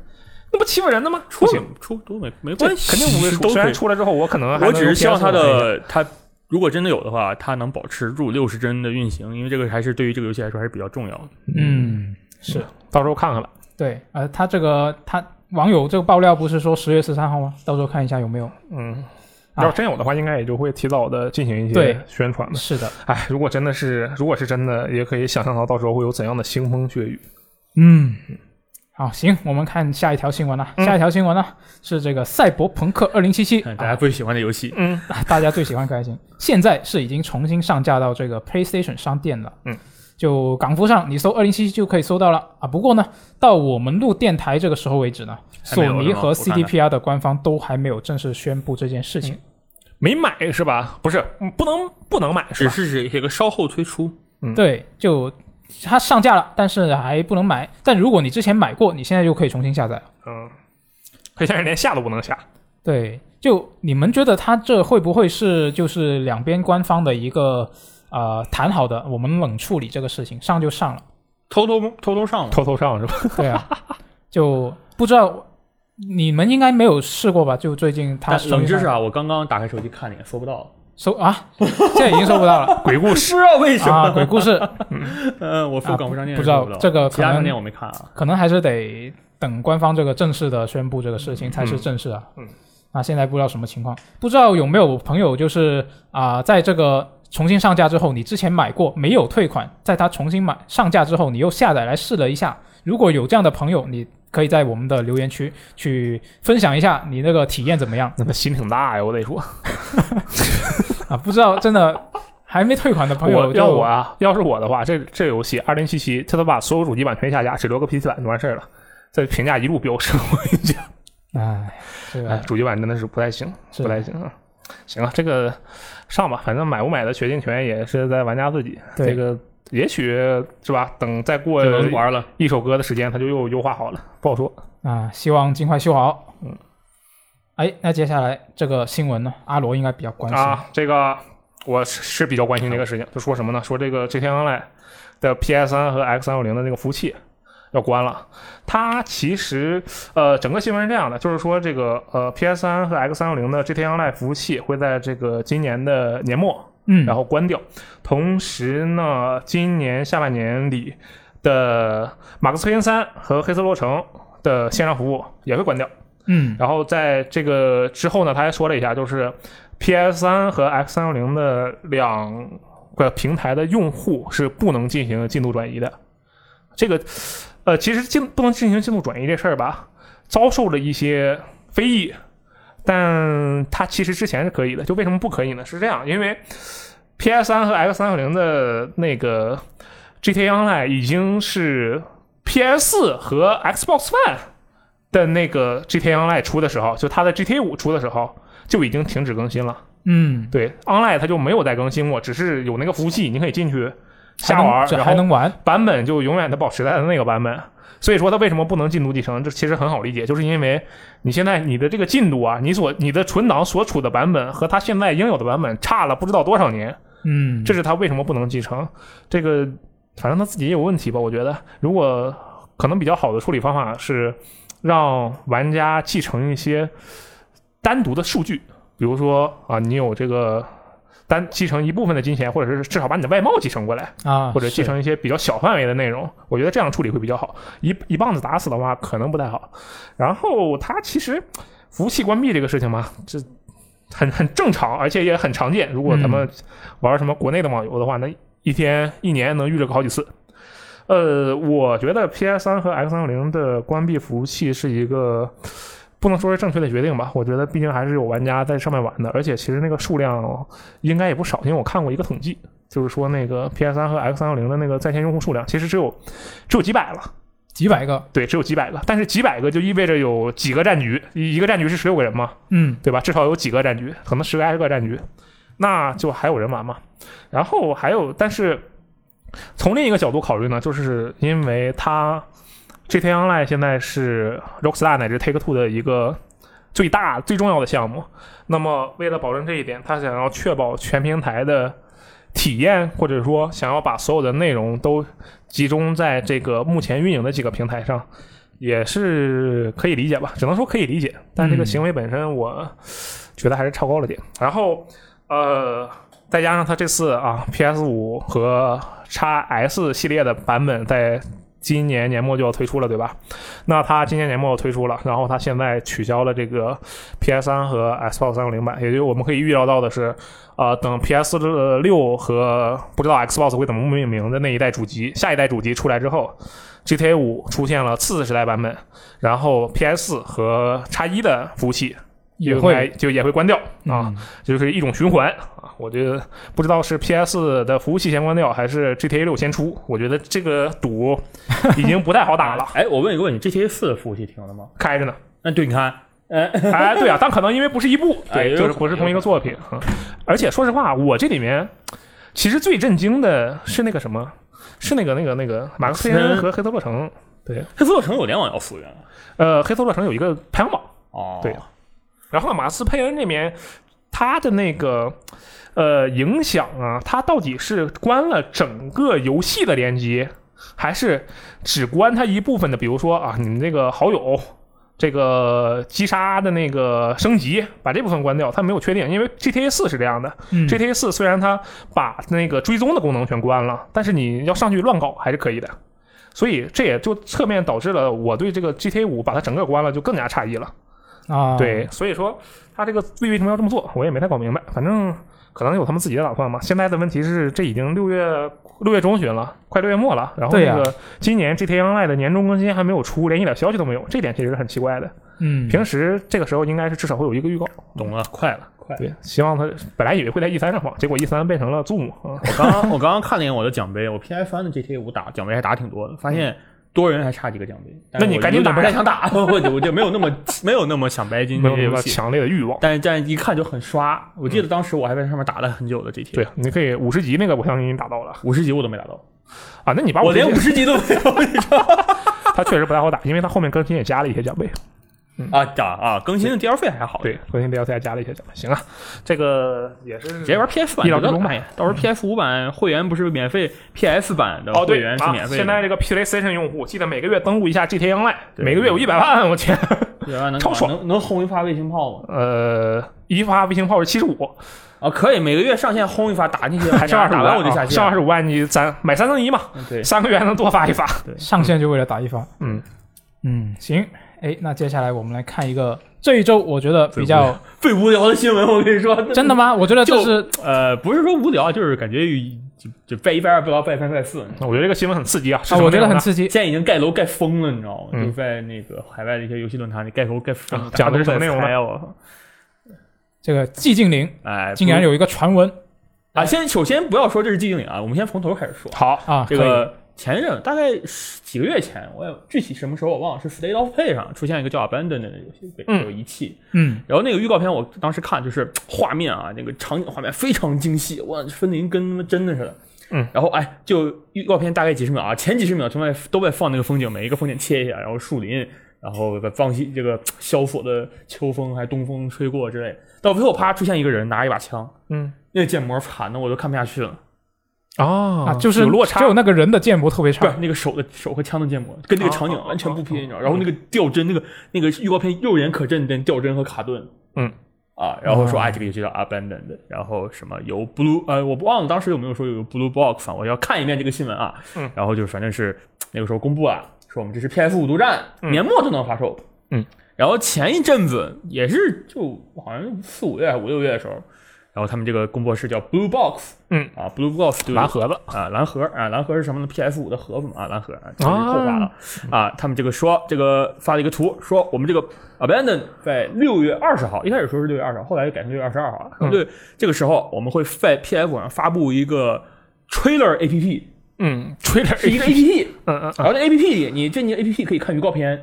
那不欺负人的吗？不行，出都没没这关系，肯定不会出。都虽可然以。出来之后，我可能还我能只用是希望 PS 它版看一下的它如果真的有的话，它能保持住六十帧的运行，因为这个还是对于这个游戏来说还是比较重要的。嗯，是，到时候看看吧。对，呃，他这个他网友这个爆料不是说十月十三号吗？到时候看一下有没有。嗯，啊要是真有的话，应该也就会提早的进行一对些宣嗯传吧。是的，哎，如果真的是，如果是真的，也可以想象到到时候会有怎样的腥风血雨。嗯，好，行，我们看下一条新闻了。嗯下一条新闻呢是这个《赛博朋克2077》看哎大家最喜欢的游戏，啊嗯，啊大家最喜欢开心，现在是已经重新上架到这个 PlayStation 商店了。嗯，就港服上你搜2077就可以搜到了啊。不过呢，到我们录电台这个时候为止呢，还索没有尼是吗和我看看 CDPR 的官方都还没有正式宣布这件事情。嗯没买是吧？不是，嗯不能不能买是只吧？是这一个稍后推出。嗯对，就它上架了，但是还不能买。但如果你之前买过，你现在就可以重新下载了。嗯，可以现在连下都不能下。对，就你们觉得它这会不会是就是两边官方的一个呃谈好的，我们冷处理这个事情，上就上了，偷偷偷偷上了，偷偷上是吧？ [LAUGHS] [LAUGHS] 对啊，就不知道你们应该没有试过吧？就最近它但冷知识啊，啊，我刚刚打开手机看了一眼，搜不到，收啊，现在已经收不到了鬼故不事，知道 [LAUGHS] 为什么。啊，鬼 [LAUGHS] 故事呃，我搜港服商店不也知搜道不到，这个其可他商店能我没看啊。可能还是得等官方这个正式的宣布这个事情才是正式啊。嗯嗯那现在不知道什么情况，不知道有没有朋友就是啊、在这个重新上架之后，你之前买过没有退款，在它重新买上架之后，你又下载来试了一下。如果有这样的朋友，你可以在我们的留言区去分享一下你那个体验怎么样那他心挺大呀，我得说。啊？不知道真的还没退款的朋友我哎就，要我啊，要是我的话，这这游戏二零七七，它都把所有主机版全下架，只留个 PC 版就完事儿了。这评价一路飙升，我跟你讲，哎，这哎个， [LAUGHS] 主机版真的是不太行，是不太行啊。行啊，这个上吧，反正买不买的决定权也是在玩家自己。对这个也许是吧，等再过这轮玩了，一首歌的时间，它就又优化好了，不好说。啊，希望尽快修好。嗯，哎，那接下来这个新闻呢，阿罗应该比较关心。啊，这个我是是比较关心这个事情。就说什么呢？说这个 GTA Online 的 PS 3和 X 3 6 0的那个服务器要关了。它其实呃，整个新闻是这样的，就是说这个呃 PS 3和 X 3 6 0的 GTA Online 服务器会在这个今年的年末嗯，然后关掉。同时呢，今年下半年里的《马克思佩恩三》和《黑色洛城》的线上服务也会关掉。嗯然后在这个之后呢，他还说了一下，就是 PS 3和 X 3 6 0的两个平台的用户是不能进行进度转移的。这个呃，其实进不能进行进度转移这事儿吧，遭受了一些非议，但它其实之前是可以的。就为什么不可以呢？是这样，因为 PS 3和 X 3 6 0的那个 GTA Online 已经是 PS 4和 Xbox One 的那个 GTA Online 出的时候，就它的 GTA 五出的时候就已经停止更新了。嗯，对，Online 它就没有再更新过，只是有那个服务器，你可以进去还瞎能玩，这然还后能玩，版本就永远的保持在那个版本。所以说它为什么不能进度继承？这其实很好理解，就是因为你现在你的这个进度啊，你所你的存档所处的版本和它现在应有的版本差了不知道多少年。嗯，这是他为什么不能继承。这个反正他自己也有问题吧，我觉得。如果可能比较好的处理方法是，让玩家继承一些单独的数据，比如说啊，你有这个单继承一部分的金钱，或者是至少把你的外貌继承过来，啊，或者继是承一些比较小范围的内容，我觉得这样处理会比较好。一一棒子打死的话，可能不太好。然后它其实服务器关闭这个事情嘛，这很很正常，而且也很常见。如果咱们玩什么国内的网游的话，那一天一年能遇着个好几次。呃，我觉得 PS 三和 X 三六零的关闭服务器是一个不能说是正确的决定吧。我觉得毕竟还是有玩家在上面玩的，而且其实那个数量应该也不少，因为我看过一个统计，就是说那个 PS 三和 X 三六零的那个在线用户数量其实只有只有几百了，几百个，对，只有几百个。但是几百个就意味着有几个战局，一一个战局是十六个人嘛，嗯，对吧？至少有几个战局，可能十来个战局，那就还有人玩嘛。然后还有，但是从另一个角度考虑呢，就是因为它 GTA Online 现在是 Rockstar 乃至 Take Two 的一个最大最重要的项目，那么为了保证这一点，他想要确保全平台的体验，或者说想要把所有的内容都集中在这个目前运营的几个平台上。也是可以理解吧，只能说可以理解，但这个嗯行为本身，我觉得还是超高了点。然后，呃，再加上它这次啊，PS 五和 x S 系列的版本在今年年末就要推出了，对吧？那它今年年末推出了，然后它现在取消了这个 PS 三和 Xbox 三六零版，也就是我们可以预料到的是，呃，等 PS 六和不知道 Xbox 会怎么命名的那一代主机，下一代主机出来之后，GTA 五出现了次时代版本，然后 PS 四和 x 一的服务器也应该会就也会关掉啊。嗯就是一种循环啊。我觉得不知道是 PS 的服务器先关掉，还是 GTA 六先出。我觉得这个赌已经不太好打了， [LAUGHS] 哎，我问一个问题，GTA 四的服务器停了吗？开着呢。那对，你看，哎，哎，对啊，但可能因为不是一部，哎对，有就是可不是能同一个作品。嗯而且说实话，我这里面其实最震惊的是那个什么，是那个那个那个马克思佩恩和黑色洛城。对，黑色洛城有联网要复原了。呃，黑色洛城有一个排行榜。哦，对然后马斯佩恩这边，他的那个呃影响啊，他到底是关了整个游戏的连接，还是只关他一部分的？比如说啊，你们这个好友。这个击杀的那个升级，把这部分关掉，他没有确定，因为 GTA 四是这样的。嗯 GTA 四虽然它把那个追踪的功能全关了，但是你要上去乱搞还是可以的。所以这也就侧面导致了我对这个 GTA 五把它整个关了就更加诧异了。啊，对，所以说他这个为为什么要这么做，我也没太搞明白。反正可能有他们自己的打算吧。现在的问题是，这已经六月六月中旬了，快六月末了，然后对那呀个、今年 GTA Online 的年终更新还没有出，连一点消息都没有，这点其实很奇怪的。嗯，平时这个时候应该是至少会有一个预告。懂了，快了，快了。对，希望他本来以为会在 E 三上放，结果 E 三变成了 Zoom 啊。我刚刚我刚刚看了一眼我的奖杯，我 PS 3的 GTA 五打奖杯还打挺多的，发现多人还差几个奖杯。但是那你我赶紧有点打不呀太想打，我就我就没有那么没有那么想白金没这个游有那么嗯戏，强烈的欲望。但但一看就很刷。我记得当时我还在上面打了很久的 GTA，对，你可以五十级那个，我相信你打到了五十级我都没打到，啊。那你把我连级五十级都没有，你知道吗它确实不太好打，因为它后面更新也加了一些奖杯。啊打啊，更新的 DLC 还好，对，，更新 DLC 加了一些奖杯。行啊，这个也是直接玩 PS 版一劳就永逸能打呀。到时候 PS 五版会员不是免费，PS 版的哦，会对员是啊免，费的，现在这个 PlayStation 用户记得每个月登录一下 GTA Online，对每个月有一百万， [LAUGHS] 我天。对吧？能超爽能能轰一发卫星炮吗？呃，一发卫星炮是七十五，啊，可以，每个月上线轰一发，打进去还剩二十打五完万，我就下啊线，剩二十五万你咱买三赠一嘛，嗯对，三个月还能多发一发。上线就为了打一发。嗯嗯，行，哎，那接下来我们来看一个这一周我觉得比较最无聊的新闻，我跟你说，真的 [LAUGHS] 吗？我觉得这就是呃，不是说无聊，就是感觉就就拜一拜二拜三拜三拜四，我觉得这个新闻很刺激啊，是啊，什么我觉得内容很呢刺激现。在已经盖楼盖疯了，你知道吗？嗯就在那个海外的一些游戏论坛里盖楼盖疯了，啊讲的是什么内容呢呢？我这个寂静岭哎，竟然有一个传闻啊！先首先不要说这是寂静岭啊，我们先从头开始说。好，哎啊，这可以个前一阵大概十几个月前，我也具体什么时候我忘了，是 State of Play 上出现一个叫 Abandoned 的游戏被嗯有遗弃，嗯然后那个预告片我当时看就是画面啊，那个场景画面非常精细，哇，分林跟他妈真的似的。嗯，然后哎，就预告片大概几十秒啊，前几十秒全在都在放那个风景，每一个风景切一下，然后树林，然后放西这个萧索的秋风还东风吹过之类的。到最后啪出现一个人拿一把枪，嗯，那个建模惨的我都看不下去了。啊哦啊，就是有落差嗯只，有那个人的建模特别不差是，那个手的手和枪的建模，跟那个场景啊啊啊完全不啊拼，啊你知道？然后那个掉帧，那个那个预告片肉眼可见的掉帧和卡顿，嗯啊，然后说哦啊，这个游戏叫 Abandoned，然后什么由 Blue 呃，我不忘了当时有没有说有 Blue Box，反正我啊要看一遍这个新闻啊，嗯，然后就是反正是那个时候公布啊，说我们这是 PS 五独占，嗯年末就能发售，嗯，然后前一阵子也是就好像四五月还是五六月的时候，然后他们这个公布是叫 Blue Box，嗯啊，Blue Box 就蓝盒子啊，蓝盒啊，蓝盒是什么呢？PS 五的盒子嘛，啊，蓝盒啊，这个是后话了啊。他们这个说这个发了一个图，说我们这个 Abandon 在六月二十号，一开始说是六月二十号，后来又改成六月二十二号了。对，这个时候我们会在 PS 上发布一个 Trailer APP，嗯，吹点是一个 APP，嗯嗯然后这 APP 里你这你 APP 可以看预告片。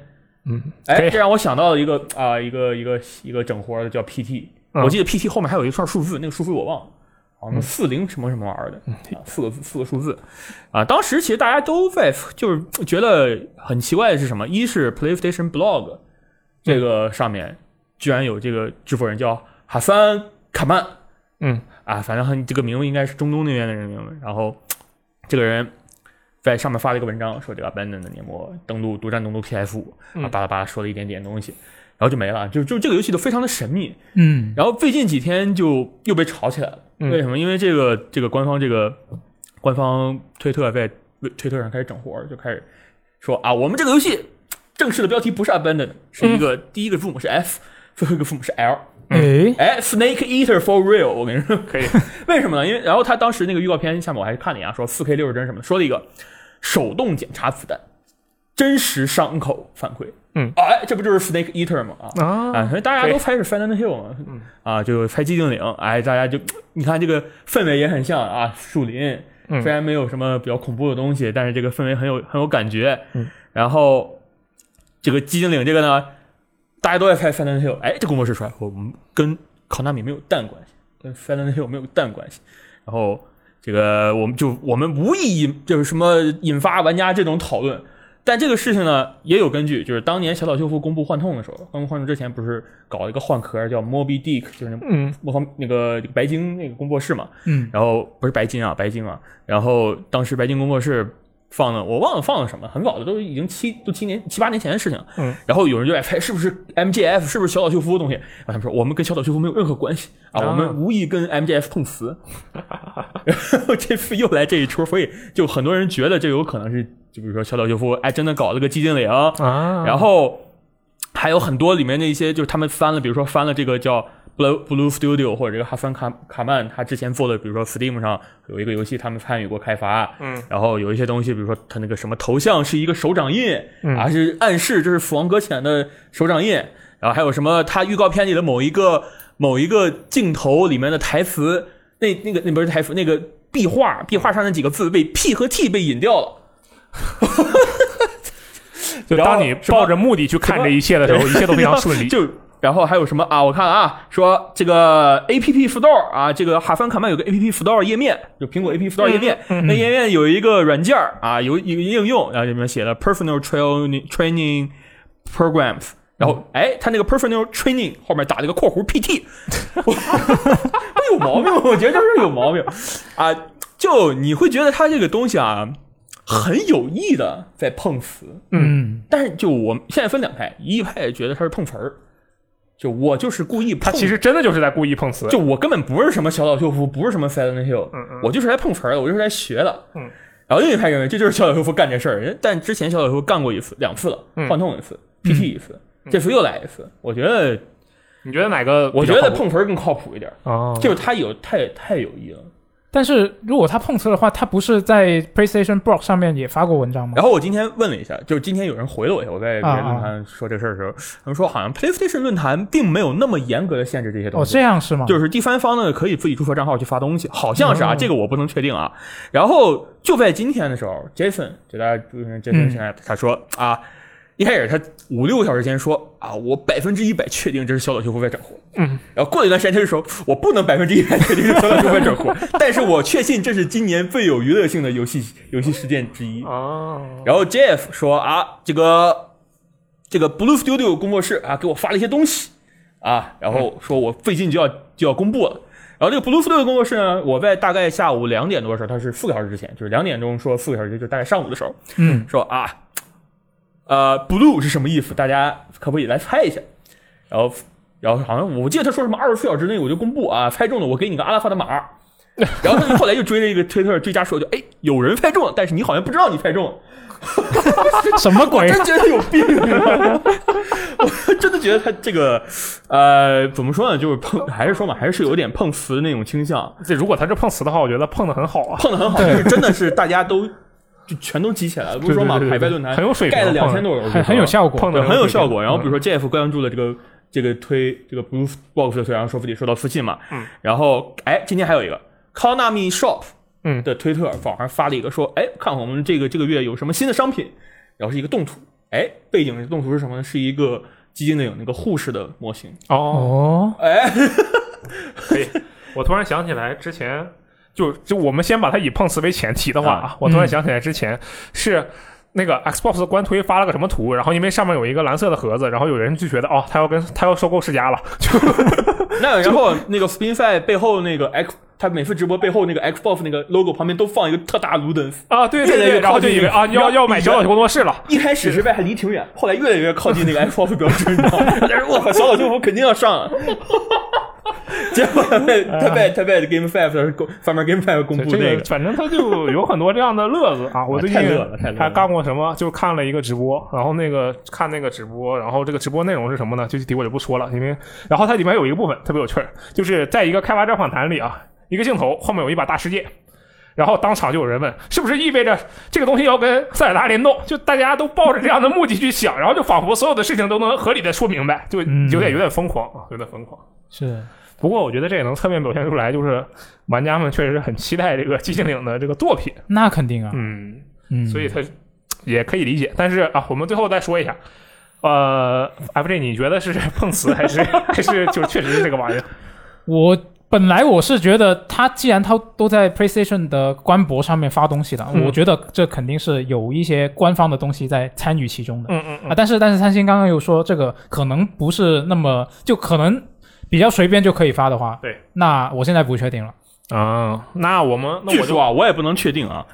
嗯，可哎，以这让我想到了一个啊、一个一个一个整活的叫 PT，、嗯我记得 PT 后面还有一串数字，那个数字我忘了，好像四零什么什么玩意儿嗯的，啊四个字四个数字，啊，当时其实大家都在就是觉得很奇怪的是什么？一是 PlayStation Blog 这嗯个上面居然有这个制作人叫哈桑卡曼，嗯啊，反正很这个名字应该是中东那边的人名字，然后这个人在上面发了一个文章，说这个 Abandon 的年末登陆独占登陆 PS 五，啊，嗯巴拉巴拉说了一点点东西，然后就没了，就就这个游戏都非常的神秘。嗯，然后最近几天就又被炒起来了，嗯为什么？因为这个这个官方这个官方推特在推特上开始整活儿，就开始说啊，我们这个游戏正式的标题不是 Abandon，是嗯一个、第一个字母是 F，最后一个字母是 L。哎，哎，Snake Eater for real，我跟你说，可以，为什么呢？因为然后他当时那个预告片下面我还看了一眼啊，说四 K 六十帧什么的，说了一个手动检查子弹，真实伤口反馈。嗯啊，哎，这不就是 Snake Eater 吗？啊。啊，啊，所以大家对嗯都猜是 Final Hill 嘛，啊，就猜寂静岭，哎，大家就你看这个氛围也很像啊，树林嗯虽然没有什么比较恐怖的东西，但是这个氛围很有很有感觉。嗯然后这个寂静岭这个呢，大家都在猜 Final Hill，哎，这工作室出来，我们跟考纳米没有蛋关系，跟 Final Hill 没有蛋关系。然后这个我们就我们无意引就是什么引发玩家这种讨论。但这个事情呢也有根据，就是当年小岛秀夫公布幻痛的时候，公布幻痛之前不是搞了一个换壳叫 Moby Dick，就是那嗯魔方那个白鲸那个工作室嘛，嗯，然后不是白金啊，白金啊，然后当时白金工作室放了，我忘了放了什么，很早的，都已经七都七年七八年前的事情了。嗯，然后有人就在猜是不是 MJF，是不是小岛秀夫的东西？然后他们说我们跟小岛秀夫没有任何关系啊，啊我们无意跟 MJF 碰瓷。 [LAUGHS] 然后这次又来这一出，所以就很多人觉得这有可能是，就比如说小岛秀夫哎真的搞了个寂静岭，啊，然后还有很多里面那些就是他们翻了，比如说翻了这个叫 Blue Blue Studio 或者这个哈桑卡卡曼他之前做的，比如说 Steam 上有一个游戏他们参与过开发，嗯，然后有一些东西，比如说他那个什么头像是一个手掌印，嗯啊是暗示这是死亡搁浅的手掌印，然后还有什么他预告片里的某一个某一个镜头里面的台词，那那个那不是台词，那个壁画壁画上那几个字被 P 和 T 被隐掉了。就当你抱着目的去看这一切的时候，一切都非常顺利。就然后还有什么啊？我看啊，说这个 A P P Store 啊，这个哈凡卡曼有个 A P P Store 页面，就苹果 A P P Store 页面，那页面有一个软件儿啊，有一个应用，然后里面写了 Personal Training Training Programs。然后，哎，他那个 personal training 后面打了一个括弧 PT，我 [LAUGHS] 我有毛病，我觉得就是有毛病啊！就你会觉得他这个东西啊，很有意的在碰瓷，嗯，但是就我们现在分两派，一派觉得他是碰瓷儿，就我就是故意他碰，其实真的就是在故意碰瓷。就我根本不是什么小岛秀夫，不是什么 Silent Hill，、嗯嗯我就是来碰瓷儿的，我就是来学的。嗯。然后另一派认为这就是小岛秀夫干这事儿，人但之前小岛秀夫干过一次、两次了，嗯幻痛一次，PT 一次，这次又来一次。我觉得，你觉得哪个比我较觉靠谱？得碰瓷儿更靠谱一点，哦，就是他有太太有意了。但是如果他碰瓷的话，他不是在 PlayStation Blog 上面也发过文章吗？然后我今天问了一下，就是今天有人回了我一下，我在别啊的啊论坛说这个事儿的时候，他们说好像 PlayStation 论坛并没有那么严格的限制这些东哦，西。这样是吗？就是第三方呢可以自己注册账号去发东西，好像是啊，哦这个我不能确定啊。然后就在今天的时候，Jason 就大家就是 Jason 嗯现在他说、啊，一开始他五六个小时前说啊，我百分之一百确定这是小岛秀夫在整活。嗯，然后过了一段时间他就说，我不能百分之一百确定是小岛秀夫在整活，但是我确信这是今年最有娱乐性的游戏游戏事件之一。哦，然后 Jeff 说啊，这个这个 Blue Studio 工作室啊，给我发了一些东西啊，然后说我最近就要就要公布了。然后这个 Bluetooth 六的工作室呢，我在大概下午两点多的时候，它是四个小时之前，就是两点钟说四个小时，就是大概上午的时候，嗯，说啊，呃，blue 是什么意思？大家可不可以来猜一下？然后，然后好像我记得他说什么二十四小时内我就公布啊，猜中了我给你个阿拉法的码。 [LAUGHS] 然后他就后来又追了一个推特追加说，就哎，有人猜中了，但是你好像不知道你猜中了。什么我啊鬼？真觉得他有病，你知道吗我真的觉得他这个，呃，怎么说呢？就是碰，还是说嘛，还是有点碰瓷的那种倾向，这如果他这碰瓷的话，我觉得碰的很好啊。碰的很好，就是真的是大家都就全都集起来了。不是说嘛，对对对对海外论坛很有水平盖了两碰千多个人，很很有效果，碰对，的很有效嗯果。然后比如说 Jeff 关注了这个这个推这个 Blue Box 的推，然后说自己收到私信嘛，嗯，然后哎，今天还有一个 Konami Shop，嗯的推特网上发了一个说，哎，看看我们这个这个月有什么新的商品，然后是一个动图，哎，背景动图是什么呢？是一个激进的有那个护士的模型， [LAUGHS] 哦，哦，可以。我突然想起来，之前就就我们先把它以碰瓷为前提的话啊啊，我突然想起来之前是。那个 Xbox 官推发了个什么图，然后因为上面有一个蓝色的盒子，然后有人就觉得哦，他要跟他要收购世嘉了，就那然后那个 SpinFi 背后那个 X，他每次直播背后那个 Xbox 那个 logo 旁边都放一个特大的 Ludens。啊，对对越来越对，然后就以为靠啊近要要买小岛工作室了， [LAUGHS] 一开始是外还离挺远，后来越来越靠近那个 Xbox [LAUGHS] 标志，你知道吗？但是我靠，小岛秀夫肯定要上啊。结果他被他被他被 Game Five 的公反面 Game Five 公布这那个个，哎反正他就有很多这样的乐子 [LAUGHS] 啊。我最近太乐了太乐了还干过什么？就看了一个直播，然后那个看那个直播，然后这个直播内容是什么呢？具体我就不说了，因为然后它里面有一个部分特别有趣儿，就是在一个开发者访谈里啊，一个镜头后面有一把大世界。然后当场就有人问，是不是意味着这个东西要跟塞尔达联动？就大家都抱着这样的目的去想，然后就仿佛所有的事情都能合理的说明白，就嗯有点有点疯狂啊，有点疯狂。是不过我觉得这也能侧面表现出来，就是玩家们确实很期待这个寂静岭的这个作品，那肯定啊，嗯，嗯，所以它也可以理解。但是啊，我们最后再说一下，呃，FJ，你觉得是碰瓷还是 [LAUGHS] 还是就确实是这个玩意儿？我本来我是觉得他既然他都在 PlayStation 的官博上面发东西了，嗯我觉得这肯定是有一些官方的东西在参与其中的、嗯嗯啊。但是但是三星刚刚又说这个可能不是那么就可能比较随便就可以发的话，对，那我现在不确定了。嗯啊，那我们那据我就说啊，我也不能确定啊。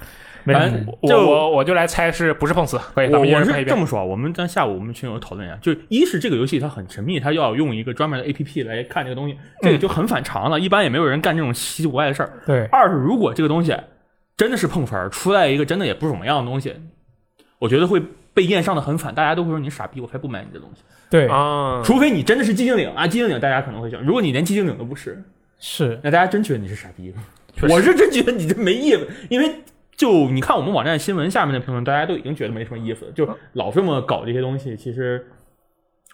没反事正，我就我我就来猜是不是碰瓷？可以，咱我们一人我猜一是这遍。么说啊，我们咱下午我们群友讨论一下，就一是这个游戏它很神秘，它要用一个专门的 APP 来看这个东西，这个就很反常了，一般也没有人干这种稀奇古怪的事儿。对，二是如果这个东西真的是碰瓷儿，出来一个真的也不怎么样的东西，我觉得会被验上的很反，大家都会说你傻逼，我才不买你这东西。对，啊，除非你真的是寂静岭啊，寂静岭大家可能会想，如果你连寂静岭都不是，是那大家真觉得你是傻逼。嗯确实我是真觉得你这没意思，因为就你看我们网站新闻下面的评论，大家都已经觉得没什么意思了，就嗯老这么搞这些东西，其实。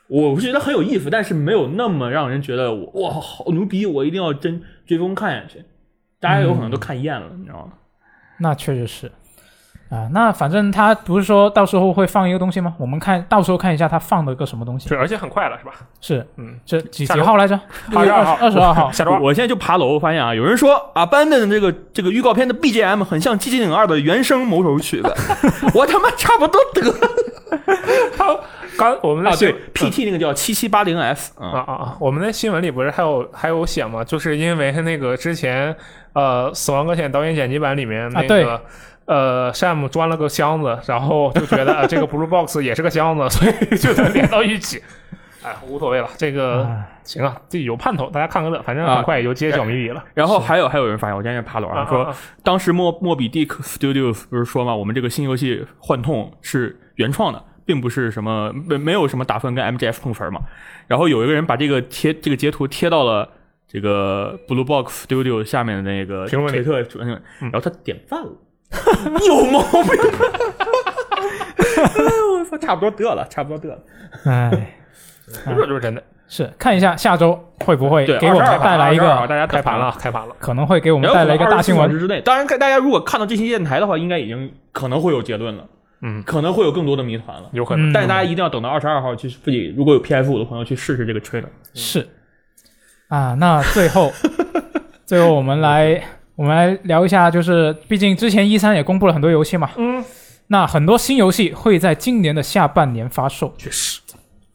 我是觉得很有意思，但是没有那么让人觉得我哇好牛逼，我一定要真追风看下去。大家有可能都嗯看厌了，你知道吗？那确实是。啊，那反正他不是说到时候会放一个东西吗？我们看到时候看一下他放了个什么东西。是而且很快了，是吧？是，嗯，这几下几周号来着？ [LAUGHS] 二十二号，二十二 [LAUGHS] 号。下周我二。我现在就爬楼，发现啊，有人说《Abandon》这个这个预告片的 BGM 很像《寂静岭二》的原声某首曲 [LAUGHS] 子，我他妈差不多得了他刚我们在 [LAUGHS] 啊！对新，PT 那个叫七七八零 S 啊啊，啊！啊！我们在新闻里不是还有还有写吗？就是因为那个之前呃《死亡搁浅》导演剪辑版里面啊那个、呃 Sam 装了个箱子，然后就觉得、 [LAUGHS] 啊、这个 Blue Box 也是个箱子， [LAUGHS] 所以就能连到一起。 [LAUGHS] 哎，无所谓了，这个、哎行啊，这有盼头，大家看个乐，反正啊很快也就揭晓谜底了。然后还有还有人发现，我今天爬楼啊啊，啊说啊当时莫莫比蒂克 Studios 不是说嘛，我们这个新游戏《幻痛》是原创的，并不是什么没没有什么打算跟 MGF 碰瓷儿嘛。然后有一个人把这个贴这个截图贴到了这个 Blue Box Studio 下面的那个评论里推特评论，嗯然后他点赞了，有毛病！ [LAUGHS] 哎我操，差不多得了，差不多得了。哎，这就是真的，是看一下下周会不会对，给我们22号带来一22号个，大家开盘了。了，开盘了。可能会给我我们带来一个大新闻。之内。当然，大家如果看到这期电台的话，应该已经可能会有结论了，嗯，可能会有更多的谜团了。有可能、嗯但是大家一定要等到二十二号去自己，如果有 PS 五的朋友去试试这个 trailer。是啊，那最 [LAUGHS] 后最后我们来我们来聊一下，就是毕竟之前一三也公布了很多游戏嘛，嗯，那很多新游戏会在今年的下半年发售，确实。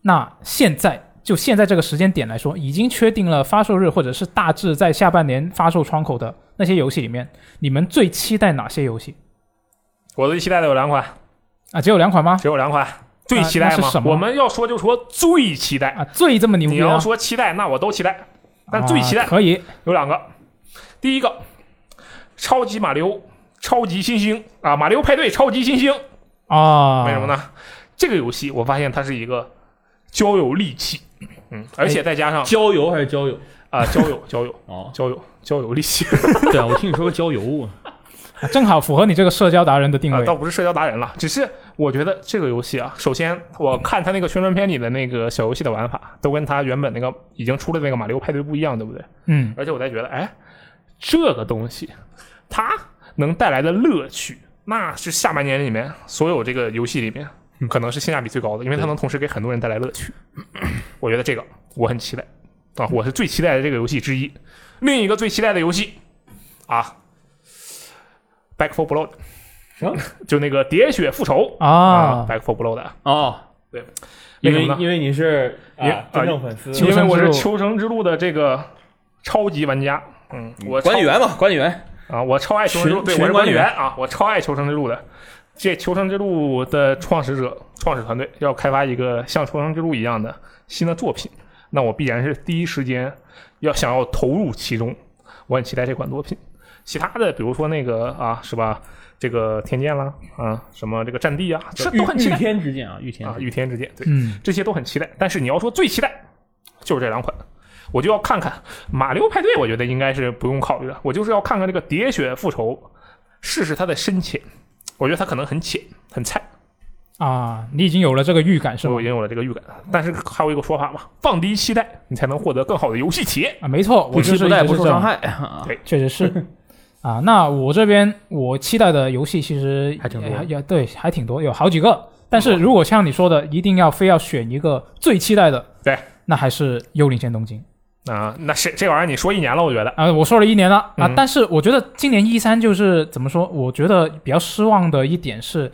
那现在就现在这个时间点来说，已经确定了发售日或者是大致在下半年发售窗口的那些游戏里面，你们最期待哪些游戏我最期待的有两款，啊？只有两款吗？只有两款。最期待啊那吗是什？么我们要说就说最期待。啊，最这么牛你逼要啊！说期待，那我都期待。但最期待啊可以有两个，第一个，超级马里奥超级新星啊，马里奥派对超级新星，啊，为什么？呢？这个游戏我发现它是一个交友利器，嗯，而且再加 [LAUGHS] 上郊游还是郊游？啊，交友交友 [LAUGHS] 哦，交友交友利器对啊，我听你说过郊游，正好符合你这个社交达人的定啊，位倒不是社交达人了，只是我觉得这个游戏啊，首先我看它那个宣传片里的那个小游戏的玩法，都跟它原本那个已经出的那个马里奥派对不一样，对不对？嗯，而且我才觉得，哎，这个东西它能带来的乐趣，那是下半年里面所有这个游戏里面可能是性价比最高的，因为它能同时给很多人带来乐趣。嗯我觉得这个我很期待啊，我是最期待的这个游戏之一。另一个最期待的游戏啊，《Back [LAUGHS] for Blood》什么 [LAUGHS] 就那个《喋血复仇》啊，Back for Blood》。哦，对，因为为什么呢因为你是因啊啊真正粉丝，求因为我生之路是《求生之路》的这个超级玩家，嗯，我超管理员嘛，管理员啊，我超爱求生之路，群对，群我是管理理员员啊，我超爱求生之路的。这求生之路的创始者、创始团队要开发一个像求生之路一样的新的作品，那我必然是第一时间要想要投入其中，我很期待这款作品。其他的，比如说那个啊，是吧？这个天剑啦，啊，什么这个战地啊，这御都很期御待天之剑啊，御天啊之，剑御天之剑，对，嗯，这些都很期待。但是你要说最期待，就是这两款，我就要看看马里奥派对，我觉得应该是不用考虑了，我就是要看看这个喋血复仇，试试它的深浅。我觉得它可能很浅，很菜，啊，你已经有了这个预感是所以吧我已？经有了这个预感。但是还有一个说法嘛，放低期待，你才能获得更好的游戏体验。啊，没错，我就不期是不待一直不是受这样伤，害 [LAUGHS] 啊，确实 [LAUGHS] 是啊。那我这边我期待的游戏其实还挺多也也对，还挺多，有好几个。但是如果像你说的，一定要非要选一个最期待的，对，那还是《幽灵线：东京》嗯啊、那是这玩意儿你说一年了，我觉得啊。我说了一年了啊，嗯但是我觉得今年一三就是怎么说？我觉得比较失望的一点是，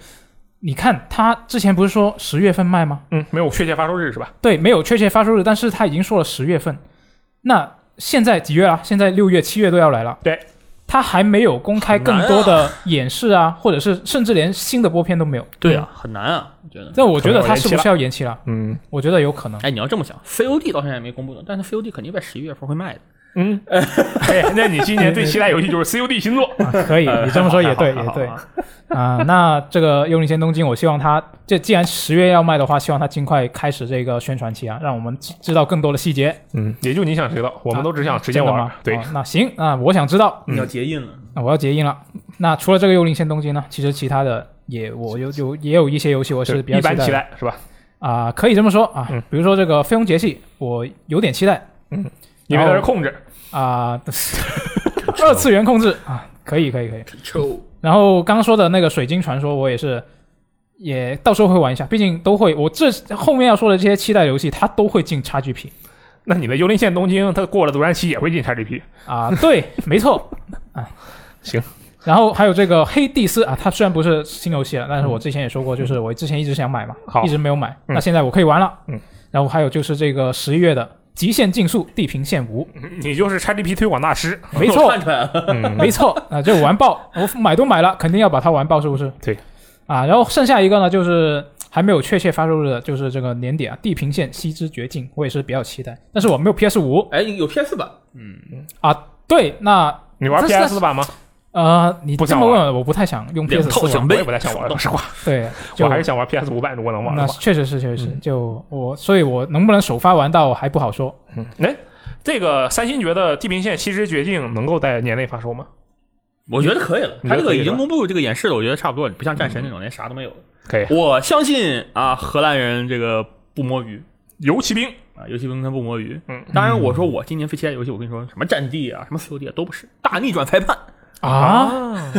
你看他之前不是说十月份卖吗？嗯，没有确切发售日是吧？对，没有确切发售日，但是他已经说了十月份。那现在几月了？现在六月、七月都要来了。对，他还没有公开更多的演示啊，或者是甚至连新的播片都没有。对啊，很难啊，我觉得。这我觉得可能有他延是期不是要延期了？嗯我觉得有可能。哎，你要这么想，COD 到现在也没公布呢，但是 COD 肯定在十一月份会卖的。 [LAUGHS] 嗯，哎，那你今年最期待游戏就是 COD 新作，啊、可以，你这么说也对，还也好对还好啊、那这个《幽灵线：东京》，我希望它这既然十月要卖的话，希望它尽快开始这个宣传期啊，让我们知知道更多的细节。嗯，也就你想知道，我们都只想直接真的玩吗。对哦，那行啊、我想知道你要结印了，啊，我要结印了。那除了这个《幽灵线：东京》呢，其实其他的也我有有也有一些游戏我是比较一般期期待的待是吧？啊、可以这么说啊。嗯比如说这个《飞龙节系》，我有点期待因为它是然后控制，啊、 [LAUGHS] 二次元控制啊，可以可以可以。 [LAUGHS] 抽然后刚刚说的那个《水晶传说》，我也是也到时候会玩一下，毕竟都会我这后面要说的这些期待游戏，它都会进 XGP 那你的《幽灵线：东京》它过了独占期也会进 XGP，啊、对，没错啊。 [LAUGHS] 行。然后还有这个《黑帝斯》啊，它虽然不是新游戏了，但是我之前也说过，就是我之前一直想买嘛，好一直没有买，嗯那现在我可以玩了。嗯。然后还有就是这个十一月的《极限竞速：地平线五嗯你就是 XGP 推广大师。》，没错看，出来了，嗯，没错啊，就玩爆，我买都买了，肯定要把它玩爆，是不是？对。啊，然后剩下一个呢，就是还没有确切发售日的，就是这个年底啊，《地平线：西之绝境》，我也是比较期待，但是我没有 PS 五 [LAUGHS] 哎，有 PS 版，啊。对，那 [LAUGHS] 你玩这 PS 版吗？呃，你不这想么玩问，我不太想用 PS 四玩，我也不太想玩，说实话，对，就 [LAUGHS] 我还是想玩 PS 五版，如果能玩那的话。确实是，确实是。嗯就我，所以我能不能首发玩到还不好说。嗯，哎，这个三星觉得《地平线：西之绝境》能够在年内发售吗？我觉得可以了。你他觉得这个可以已是吧经嗯公布这个演示了，我觉得差不多了，不像战神那种连啥都没有。可以，我相信啊，荷兰人这个不摸鱼游骑兵啊，游戏兵他不摸鱼。嗯，当然我说我今年最期待的游戏，我跟你说什么战地啊，什么 COD 啊都不是，大逆转裁判。啊，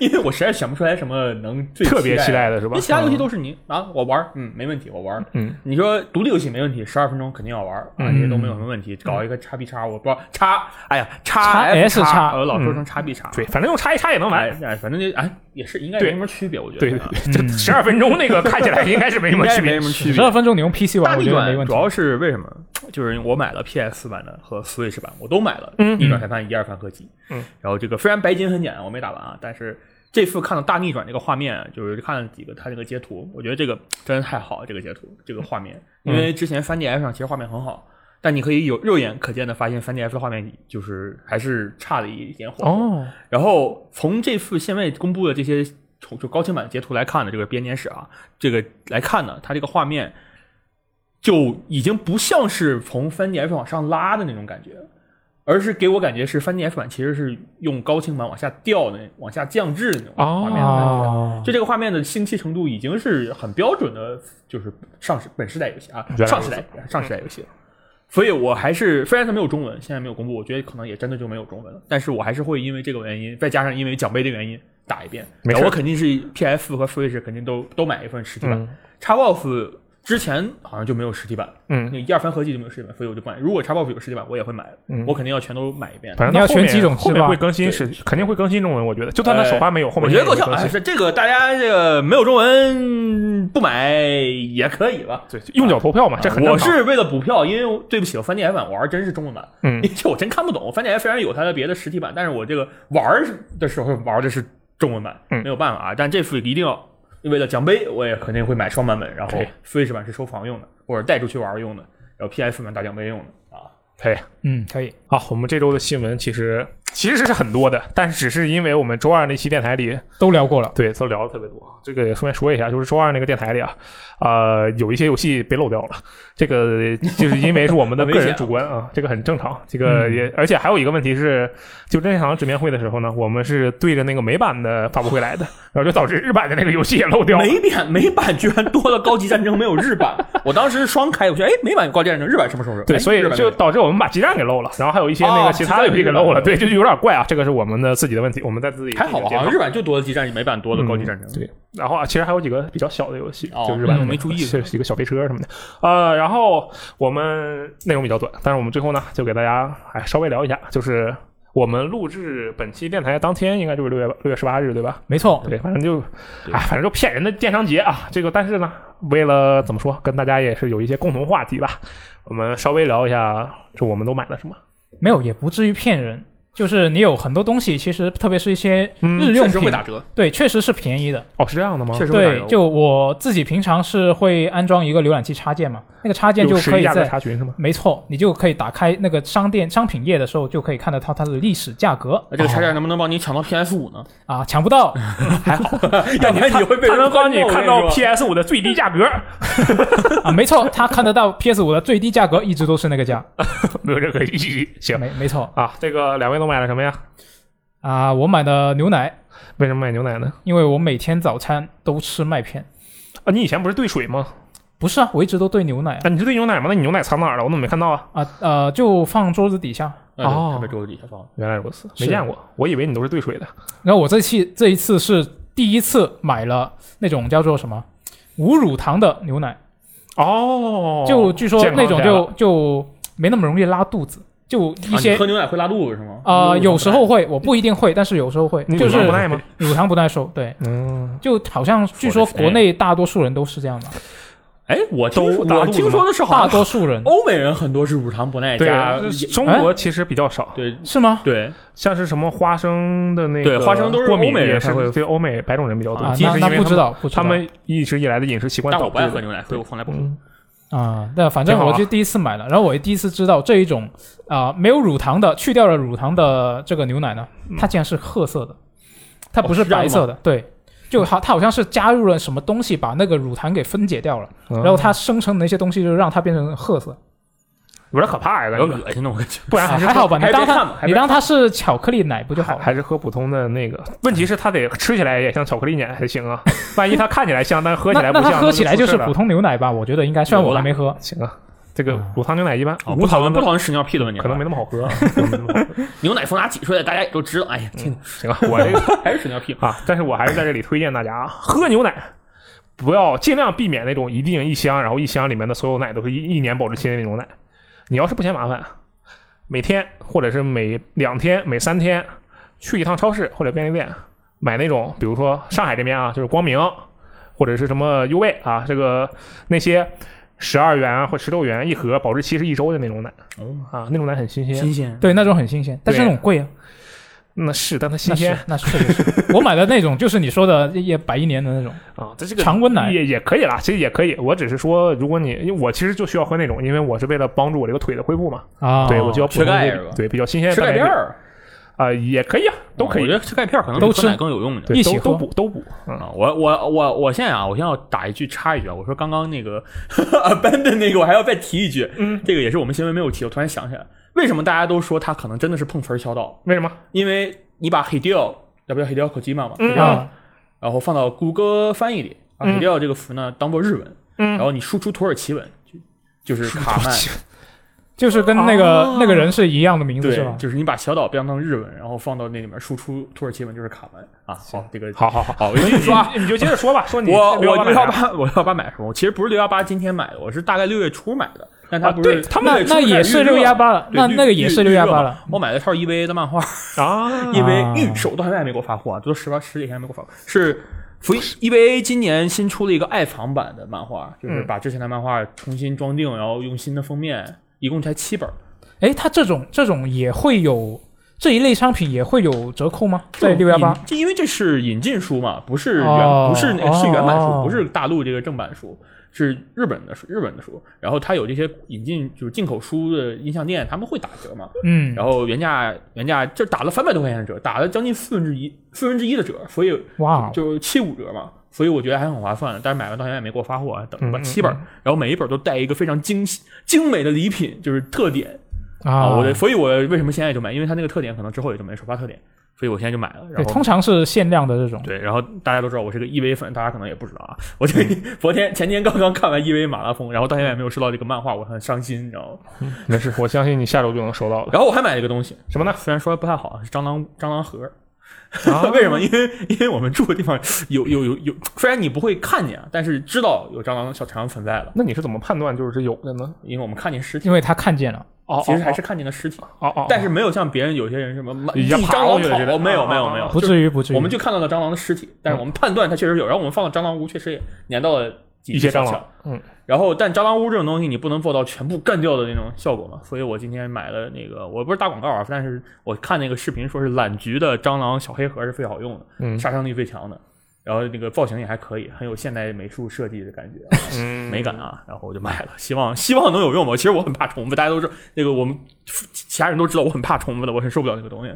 因为我实在想不出来什么能最 [LAUGHS] 特别期期待的。的是吧那？其他游戏都是你啊，我玩儿，嗯，没问题，我玩儿。嗯，你说独立游戏没问题，十二分钟肯定要玩儿啊，这些都没有什么问题。搞一个叉 B 叉，我不知道叉，哎呀，叉 S 叉，呃叉我老说成叉 B 叉。嗯对，反正用叉一叉也能哎玩。哎，反正就哎，也是应该对没什么区别，我觉得。对对对，这十二分钟那个看起来应该是没什应么该区没什别。么区十别二。分钟你用 PC 玩，大我逆觉得没问转题主。要是为什么？就是因为我买了 PS 版的和 Switch 版，我都买了嗯《逆转裁判一二番合集》。嗯，然后这个虽然白金很简单，我没打完啊，但是这次看到大逆转这个画面，就是看了几个它这个截图，我觉得这个真的太好，这个截图这个画面，因嗯为之前 3DS 上其实画面很好，但你可以有肉眼可见的发现 3DS 的画面就是还是差了一点火候。哦，然后从这次现在公布的这些从就高清版截图来看的这个编年史啊，这个来看呢，它这个画面就已经不像是从 3DS 往上拉的那种感觉，而是给我感觉是 3DS 版其实是用高清版往下掉的那、往下降质的那种画面的感觉。哦，就这个画面的清晰程度已经是很标准的，就是上世本世代游戏啊原，来上世代上世代游戏了。所以我还是虽然它没有中文，现在没有公布，我觉得可能也真的就没有中文了。但是我还是会因为这个原因，再加上因为奖杯的原因打一遍。没事然后我肯定是 PS 和 Switch 肯定都都买一份实体版。Xbox 之前好像就没有实体版，嗯那，一二番合计就没有实体版，所以我就不买。如果 Xbox 有实体版，我也会买的，嗯我肯定要全都买一遍的。反正你要它后面选几种后是面吧会更新，是肯定会更新中文。我觉得，就算它首发没有，后我面觉得够也会呛。更哎，新。这这个大家这个没有中文不买也可以吧？对，用脚投票嘛，这很我正常。是为了补票，因为我对不起，我翻 DF 版玩儿真是中文版，嗯因为我真看不懂。我翻 DF 虽然有它的别的实体版，但是我这个玩儿的时候玩儿的是中文版，嗯没有办法啊。但这次一定要为了奖杯，我也肯定会买双版本，然后对 Switch 版是收藏用的，或者带出去玩儿用的，然后 PS 版打奖杯用的啊。可以。嗯，可以。好，啊我们这周的新闻其实其实是很多的，但是只是因为我们周二那期电台里都聊过了。对，都聊的特别多。这个也顺便说一下，就是周二那个电台里啊，呃，有一些游戏被漏掉了。这个就是因为是我们的很危个人险嗯主观啊，这个很正常。这个也，而且还有一个问题是，就任天堂直面会的时候呢，我们是对着那个美版的发布会来的，然后就导致日版的那个游戏也漏掉了。美版美版居然多了高级战争，没有日版。 [LAUGHS] 我当时是双开，我觉得哎，美版有高级战争，日版什么时候有？对，哎所以日版没就有导致我们把鸡蛋给漏了，然后还有一些那哦个其他的游戏给漏了，对，就有点怪啊。这个是我们的自己的问题，我们在自己还好自己好检像讨日版就多了激战，美版多了高级战争。对，然后啊，其实还有几个比较小的游戏，哦就日版嗯我没注意是是一个小飞车什么的。呃，然后我们内容比较短，但是我们最后呢，就给大家哎稍微聊一下，就是我们录制本期电台当天，应该就是六月六月十八日，对吧？没错，哦对，反正就哎，反正就骗人的电商节啊。这个但是呢，为了怎么说，跟大家也是有一些共同话题吧，我们稍微聊一下，就我们都买了什么。没有也不至于骗人。就是你有很多东西，其实特别是一些嗯日用确实品会，打折，对，确实是便宜的。哦，是这样的吗？确实会打对折，。就我自己平常是会安装一个浏览器插件嘛，那个插件就有可十一以价格在，查询是吗？没错，你就可以打开那个商店商品页的时候，就可以看得到它的历史价格那这个插件能不能帮你抢到 PS 五呢？啊，抢不到， [LAUGHS] 要不然你会被它人能帮你喷爆看到我跟你说 PS 五的最低价 [LAUGHS] 格，啊，没错，他看得到 PS 五的最低价格一直都是那个价，没有任何意义。行，没没错啊，这个两位都买了什么呀？啊。我买的牛奶，为什么买牛奶呢？因为我每天早餐都吃麦片，啊，你以前不是兑水吗？不是啊，我一直都兑牛奶啊，你是兑牛奶吗？那你牛奶藏哪儿了？我怎么没看到啊？啊，呃，就放桌子底下。嗯对哦它被桌子底下放了。原来如此，是没见过，我以为你都是兑水的。然后我这期这一次是第一次买了那种叫做什么无乳糖的牛奶，哦，就据说健康那种起来了就就没那么容易拉肚子，就一啊些你喝牛奶会拉肚子是吗？啊、嗯有时候会，我不一定会，但是有时候会，你就乳糖是不 [LAUGHS] 耐吗？乳糖不耐受，对，嗯，就好像据说国内大多数人都是这样的，哎，我听说都拉我肚子吗听说的是好大像多数哦人欧美人很多是乳糖不耐对加，中哎国其实比较少，啊对是吗？对像是什么花生的那个对花生都是过敏欧美人也是才会对欧美白种人比较多啊，，即那使那哦因为不他知们道，不知道他们一直以来的饮食习惯但导我致不爱喝的。牛奶，所以我从来不喝。嗯，啊，但反正挺好啊我就第一次买了，然后我也第一次知道这一种啊、没有乳糖的，去掉了乳糖的这个牛奶呢，嗯它竟然是褐色的，它不是哦是这样白色的，对，就好，它好像是加入了什么东西把那个乳糖给分解掉了，然然后它生成的一些东西就让它变成褐色，有点可怕呀，有点感觉恶心的，我感觉。不然啊还是还好吧，你还是当别看吧它还是你别当它是巧克力奶不就好了？还是喝普通的那个。问题是它得吃起来也像巧克力奶才行啊，万一它看起来像，但喝起那来不那像，它喝起来就是出事了普通牛奶吧？我觉得应该，虽然我还没喝，行啊。这个乳糖牛奶一般啊，无不讨糖论的不讨论屎尿屁的问题，可能没那么好喝啊。可能没那么好喝牛奶从哪挤出来的，大家也都知道。哎呀，天哪， [LAUGHS] 行了，啊我这个还是屎尿屁。啊，但是我还是在这里推荐大家啊，喝牛奶不要尽量避免那种一定一箱，然后一箱里面的所有奶都是一一年保质期的那种奶。你要是不嫌麻烦，每天或者是每两天、每三天去一趟超市或者便利店买那种，比如说上海这边啊，就是光明或者是什么优味啊，这个那些十二元啊或十六元一盒，保质期是一周的那种奶啊，那种奶很新鲜。新鲜，对，那种很新鲜，但是那种贵啊，那是，但它新那鲜是那是确实 [LAUGHS] 是。我买的那种就是你说的也百一年的那种啊，它这个常温奶也也可以啦，其实也可以。我只是说，如果你，因为我其实就需要喝那种，因为我是为了帮助我这个腿的恢复嘛。啊，对，我就要补充缺钙这是吧对，比较新鲜的吃钙蛋白片质儿啊、也可以啊，都可我以觉，得吃钙片儿可能都比吃喝奶更有用一点。对，一都起都喝补都补。嗯，啊，我我我我现在啊，我先要打一句插一句啊，我说刚刚那个 [LAUGHS] abandon 那个，我还要再提一句，嗯，这个也是我们新闻没有提，我突然想起来，为什么大家都说他可能真的是碰瓷儿敲到？为什么？因为你把 Hideo 要不要 Hideo Kojima 嘛，嗯啊，然后放到谷歌翻译里，把嗯 Hideo 这个符呢当做日文，嗯然后你输出土耳其文，就就是卡曼，就是跟那个哦那个人是一样的名字是啊对吧，？就是你把小岛变成日文，然后放到那里面输出土耳其文就是卡曼啊。好，这个好好好，好，我跟你 [LAUGHS] 说啊，你就接着说吧，说你我我六幺六八幺买啥八我六幺八买什么？我其实不是六幺八今天买的，我是大概六月初买的，但它啊不对是他那六月初那也开始是预热六幺八了，对那预那个也是预六幺预热八嘛了。我买了套 EVA 的漫画，啊？因为预售到现在还没给我发货啊，都十八十几天还没给我发货。是福音 EVA 今年新出了一个爱藏版的漫画，就是嗯把之前的漫画重新装订，然后用新的封面，一共才七本儿。哎，它这种这种也会有这一类商品也会有折扣吗？在六幺八引，因为这是引进书嘛，不是原、哦不是那个是原版书，哦不是大陆这个正版书，是日本的书，日本的书。然后它有这些引进就是进口书的音像店，他们会打折嘛。嗯，然后原价原价就打了三百多块钱的折，打了将近四分之一四分之一的折，所以哇，就七五折嘛，所以我觉得还很划算。但是买完到现在也没给我发货，啊等着吧，嗯嗯七本，然后每一本都带一个非常精细精美的礼品，就是特点啊，我的，所以我为什么现在就买？因为它那个特点可能之后也就没首发特点，所以我现在就买了。然对，后通常是限量的这种。对，然后大家都知道我是个 EV 粉，大家可能也不知道啊。我这嗯 [LAUGHS] 昨天前天刚刚看完 EV 马拉松，然后到现在也没有收到这个漫画，我很伤心，你知道吗？没事，我相信你下周就能收到了。然后我还买了一个东西，什么呢？虽然说不太好啊，是蟑螂蟑螂盒。[LAUGHS] 啊为什么？因为因为我们住的地方有有有有，虽然你不会看见啊，但是知道有蟑螂小肠存在了，那你是怎么判断就是有的呢？因为我们看见尸体，因为他看见了，哦，其实还是看见了尸体，哦哦哦，但是没有像别人有些人什么已一经爬蟑过螂去了跑之类的，没有没有啊没有，不就是至于不至于。我们就看到了蟑螂的尸嗯体，但是我们判断它确实有，然后我们放到蟑螂屋，确实也撵到了几一些只小蟑强螂，嗯，然后，但蟑螂屋这种东西你不能做到全部干掉的那种效果嘛，所以我今天买了那个，我不是打广告啊，但是我看那个视频说是懒菊的蟑螂小黑盒是最好用的，嗯杀伤力最强的，然后那个造型也还可以，很有现代美术设计的感觉，嗯美感啊，然后我就买了， [LAUGHS] 希望希望能有用吧。其实我很怕虫子，大家都知道，那个我们其他人都知道我很怕虫子的，我很受不了那个东西，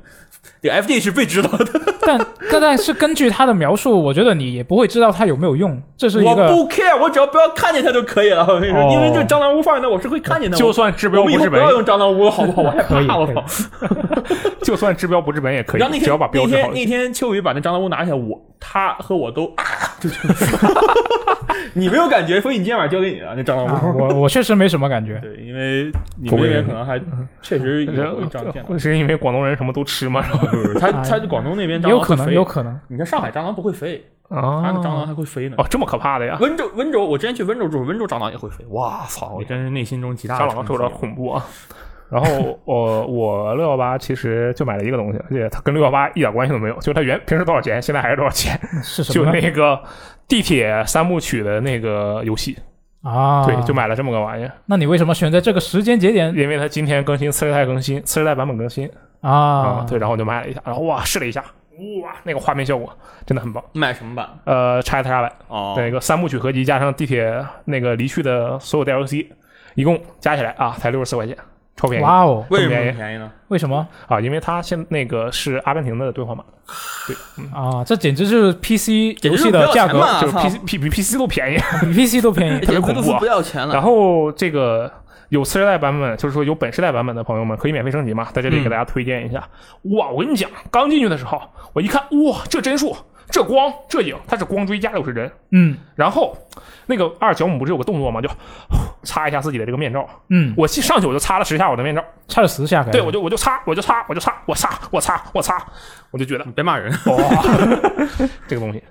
这个 FD 是被知道的，但但但是根据他的描述，我觉得你也不会知道它有没有用，这是一我个不 care，我只要不要看见它就可以了，我跟你说，哦因为这蟑螂屋放在那，我是会看见它，就我算治我标们以不后治不本要，用蟑螂屋，好不好？我害怕，可以我可以靠！就算治标不治本也可以然后那，只天要把标那志好天就那行。天秋雨把那蟑螂屋拿起来，我他和我都啊，就就你没有感觉，所以你今天晚上交给你了那蟑啊，螂屋。我我确实没什么感觉。对，因为你不们会那边可能还确实有一张见到。人是因为广东人什么都吃吗？然后不是，他他广东那边蟑螂有会可能，飞有。可能你看上海蟑螂不会飞，他啊那蟑螂还会飞呢。哦，这么可怕的呀！温州温州，我之前去温州住，温州蟑螂也会飞。哇操！哎我真是内心中极大蟑的螂受冲到击恐怖啊。然后我我六幺八其实就买了一个东西，而且它跟六幺八一点关系都没有，就是它原平时多少钱，现在还是多少钱，是什 [LAUGHS] 就么呢那个地铁三部曲的那个游戏，啊？对，就买了这么个玩意儿，那你为什么选在这个时间节点因为它今天更新次世代更新，次世代版本更新啊、啊？对，然后我就买了一下，然后哇试了一下，哇那个画面效果真的很棒，买什么版？呃，叉 S 叉版。哦，对，一个三部曲合集加上地铁那个离去的所有 DLC，一共加起来啊才六十四块钱，超便宜哇哦，为什么便宜便宜呢？为什么啊！因为它现那个是阿根廷的兑换码，啊？这简直就是 PC 简游直就是戏不的要价钱格嘛就是操 PC 比比 PC 都便宜。 [LAUGHS] 比 PC 都便宜特别恐怖啊简直要钱然后这个有次世代版本，就是说有本世代版本的朋友们可以免费升级嘛，在这里给大家推荐一下。哇，我跟你讲，刚进去的时候我一看，哇，这帧数这光这影，它是光追加六十帧。嗯然后那个二小姆不是有个动作吗？就 [SIGHS] 擦一下自己的这个面罩。嗯，我去上去我就擦了十下我的面罩，差了十下，感觉对我就我就擦我就擦我就擦我擦我擦我擦，我就觉得别骂人，哇、这个东西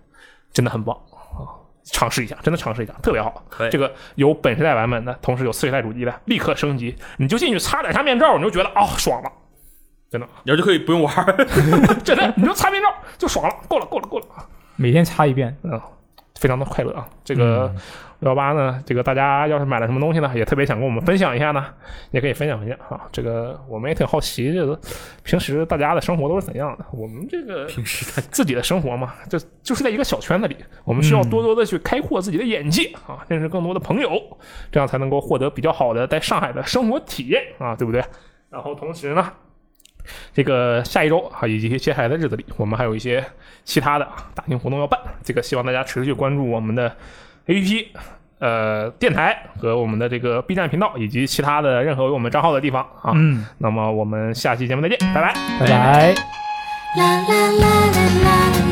真的很棒啊！尝试一下，真的尝试一下，特别好。可以这个有本世代版本的，同时有次世代主机的，立刻升级，你就进去擦两下面罩，你就觉得哦爽了， [LAUGHS] 然后就可以不用玩儿。真的，你就擦面罩就爽了，够了够了够了啊！每天擦一遍。嗯，非常的快乐啊！这个嗯六幺八呢，这个大家要是买了什么东西呢，也特别想跟我们分享一下呢，也可以分享分享啊。这个我们也挺好奇，这个平时大家的生活都是怎样的？我们这个平时他自己的生活嘛，就就是在一个小圈子里，我们需要嗯多多的去开阔自己的眼界啊，认识更多的朋友，这样才能够获得比较好的在上海的生活体验啊，对不对？然后同时呢，这个下一周啊，以及接下来的日子里，我们还有一些其他的啊大型活动要办，这个希望大家持续关注我们的 APP。呃，电台和我们的这个 B 站频道，以及其他的任何有我们账号的地方啊。嗯，那么我们下期节目再见，拜拜。拜拜。啦啦啦啦啦啦。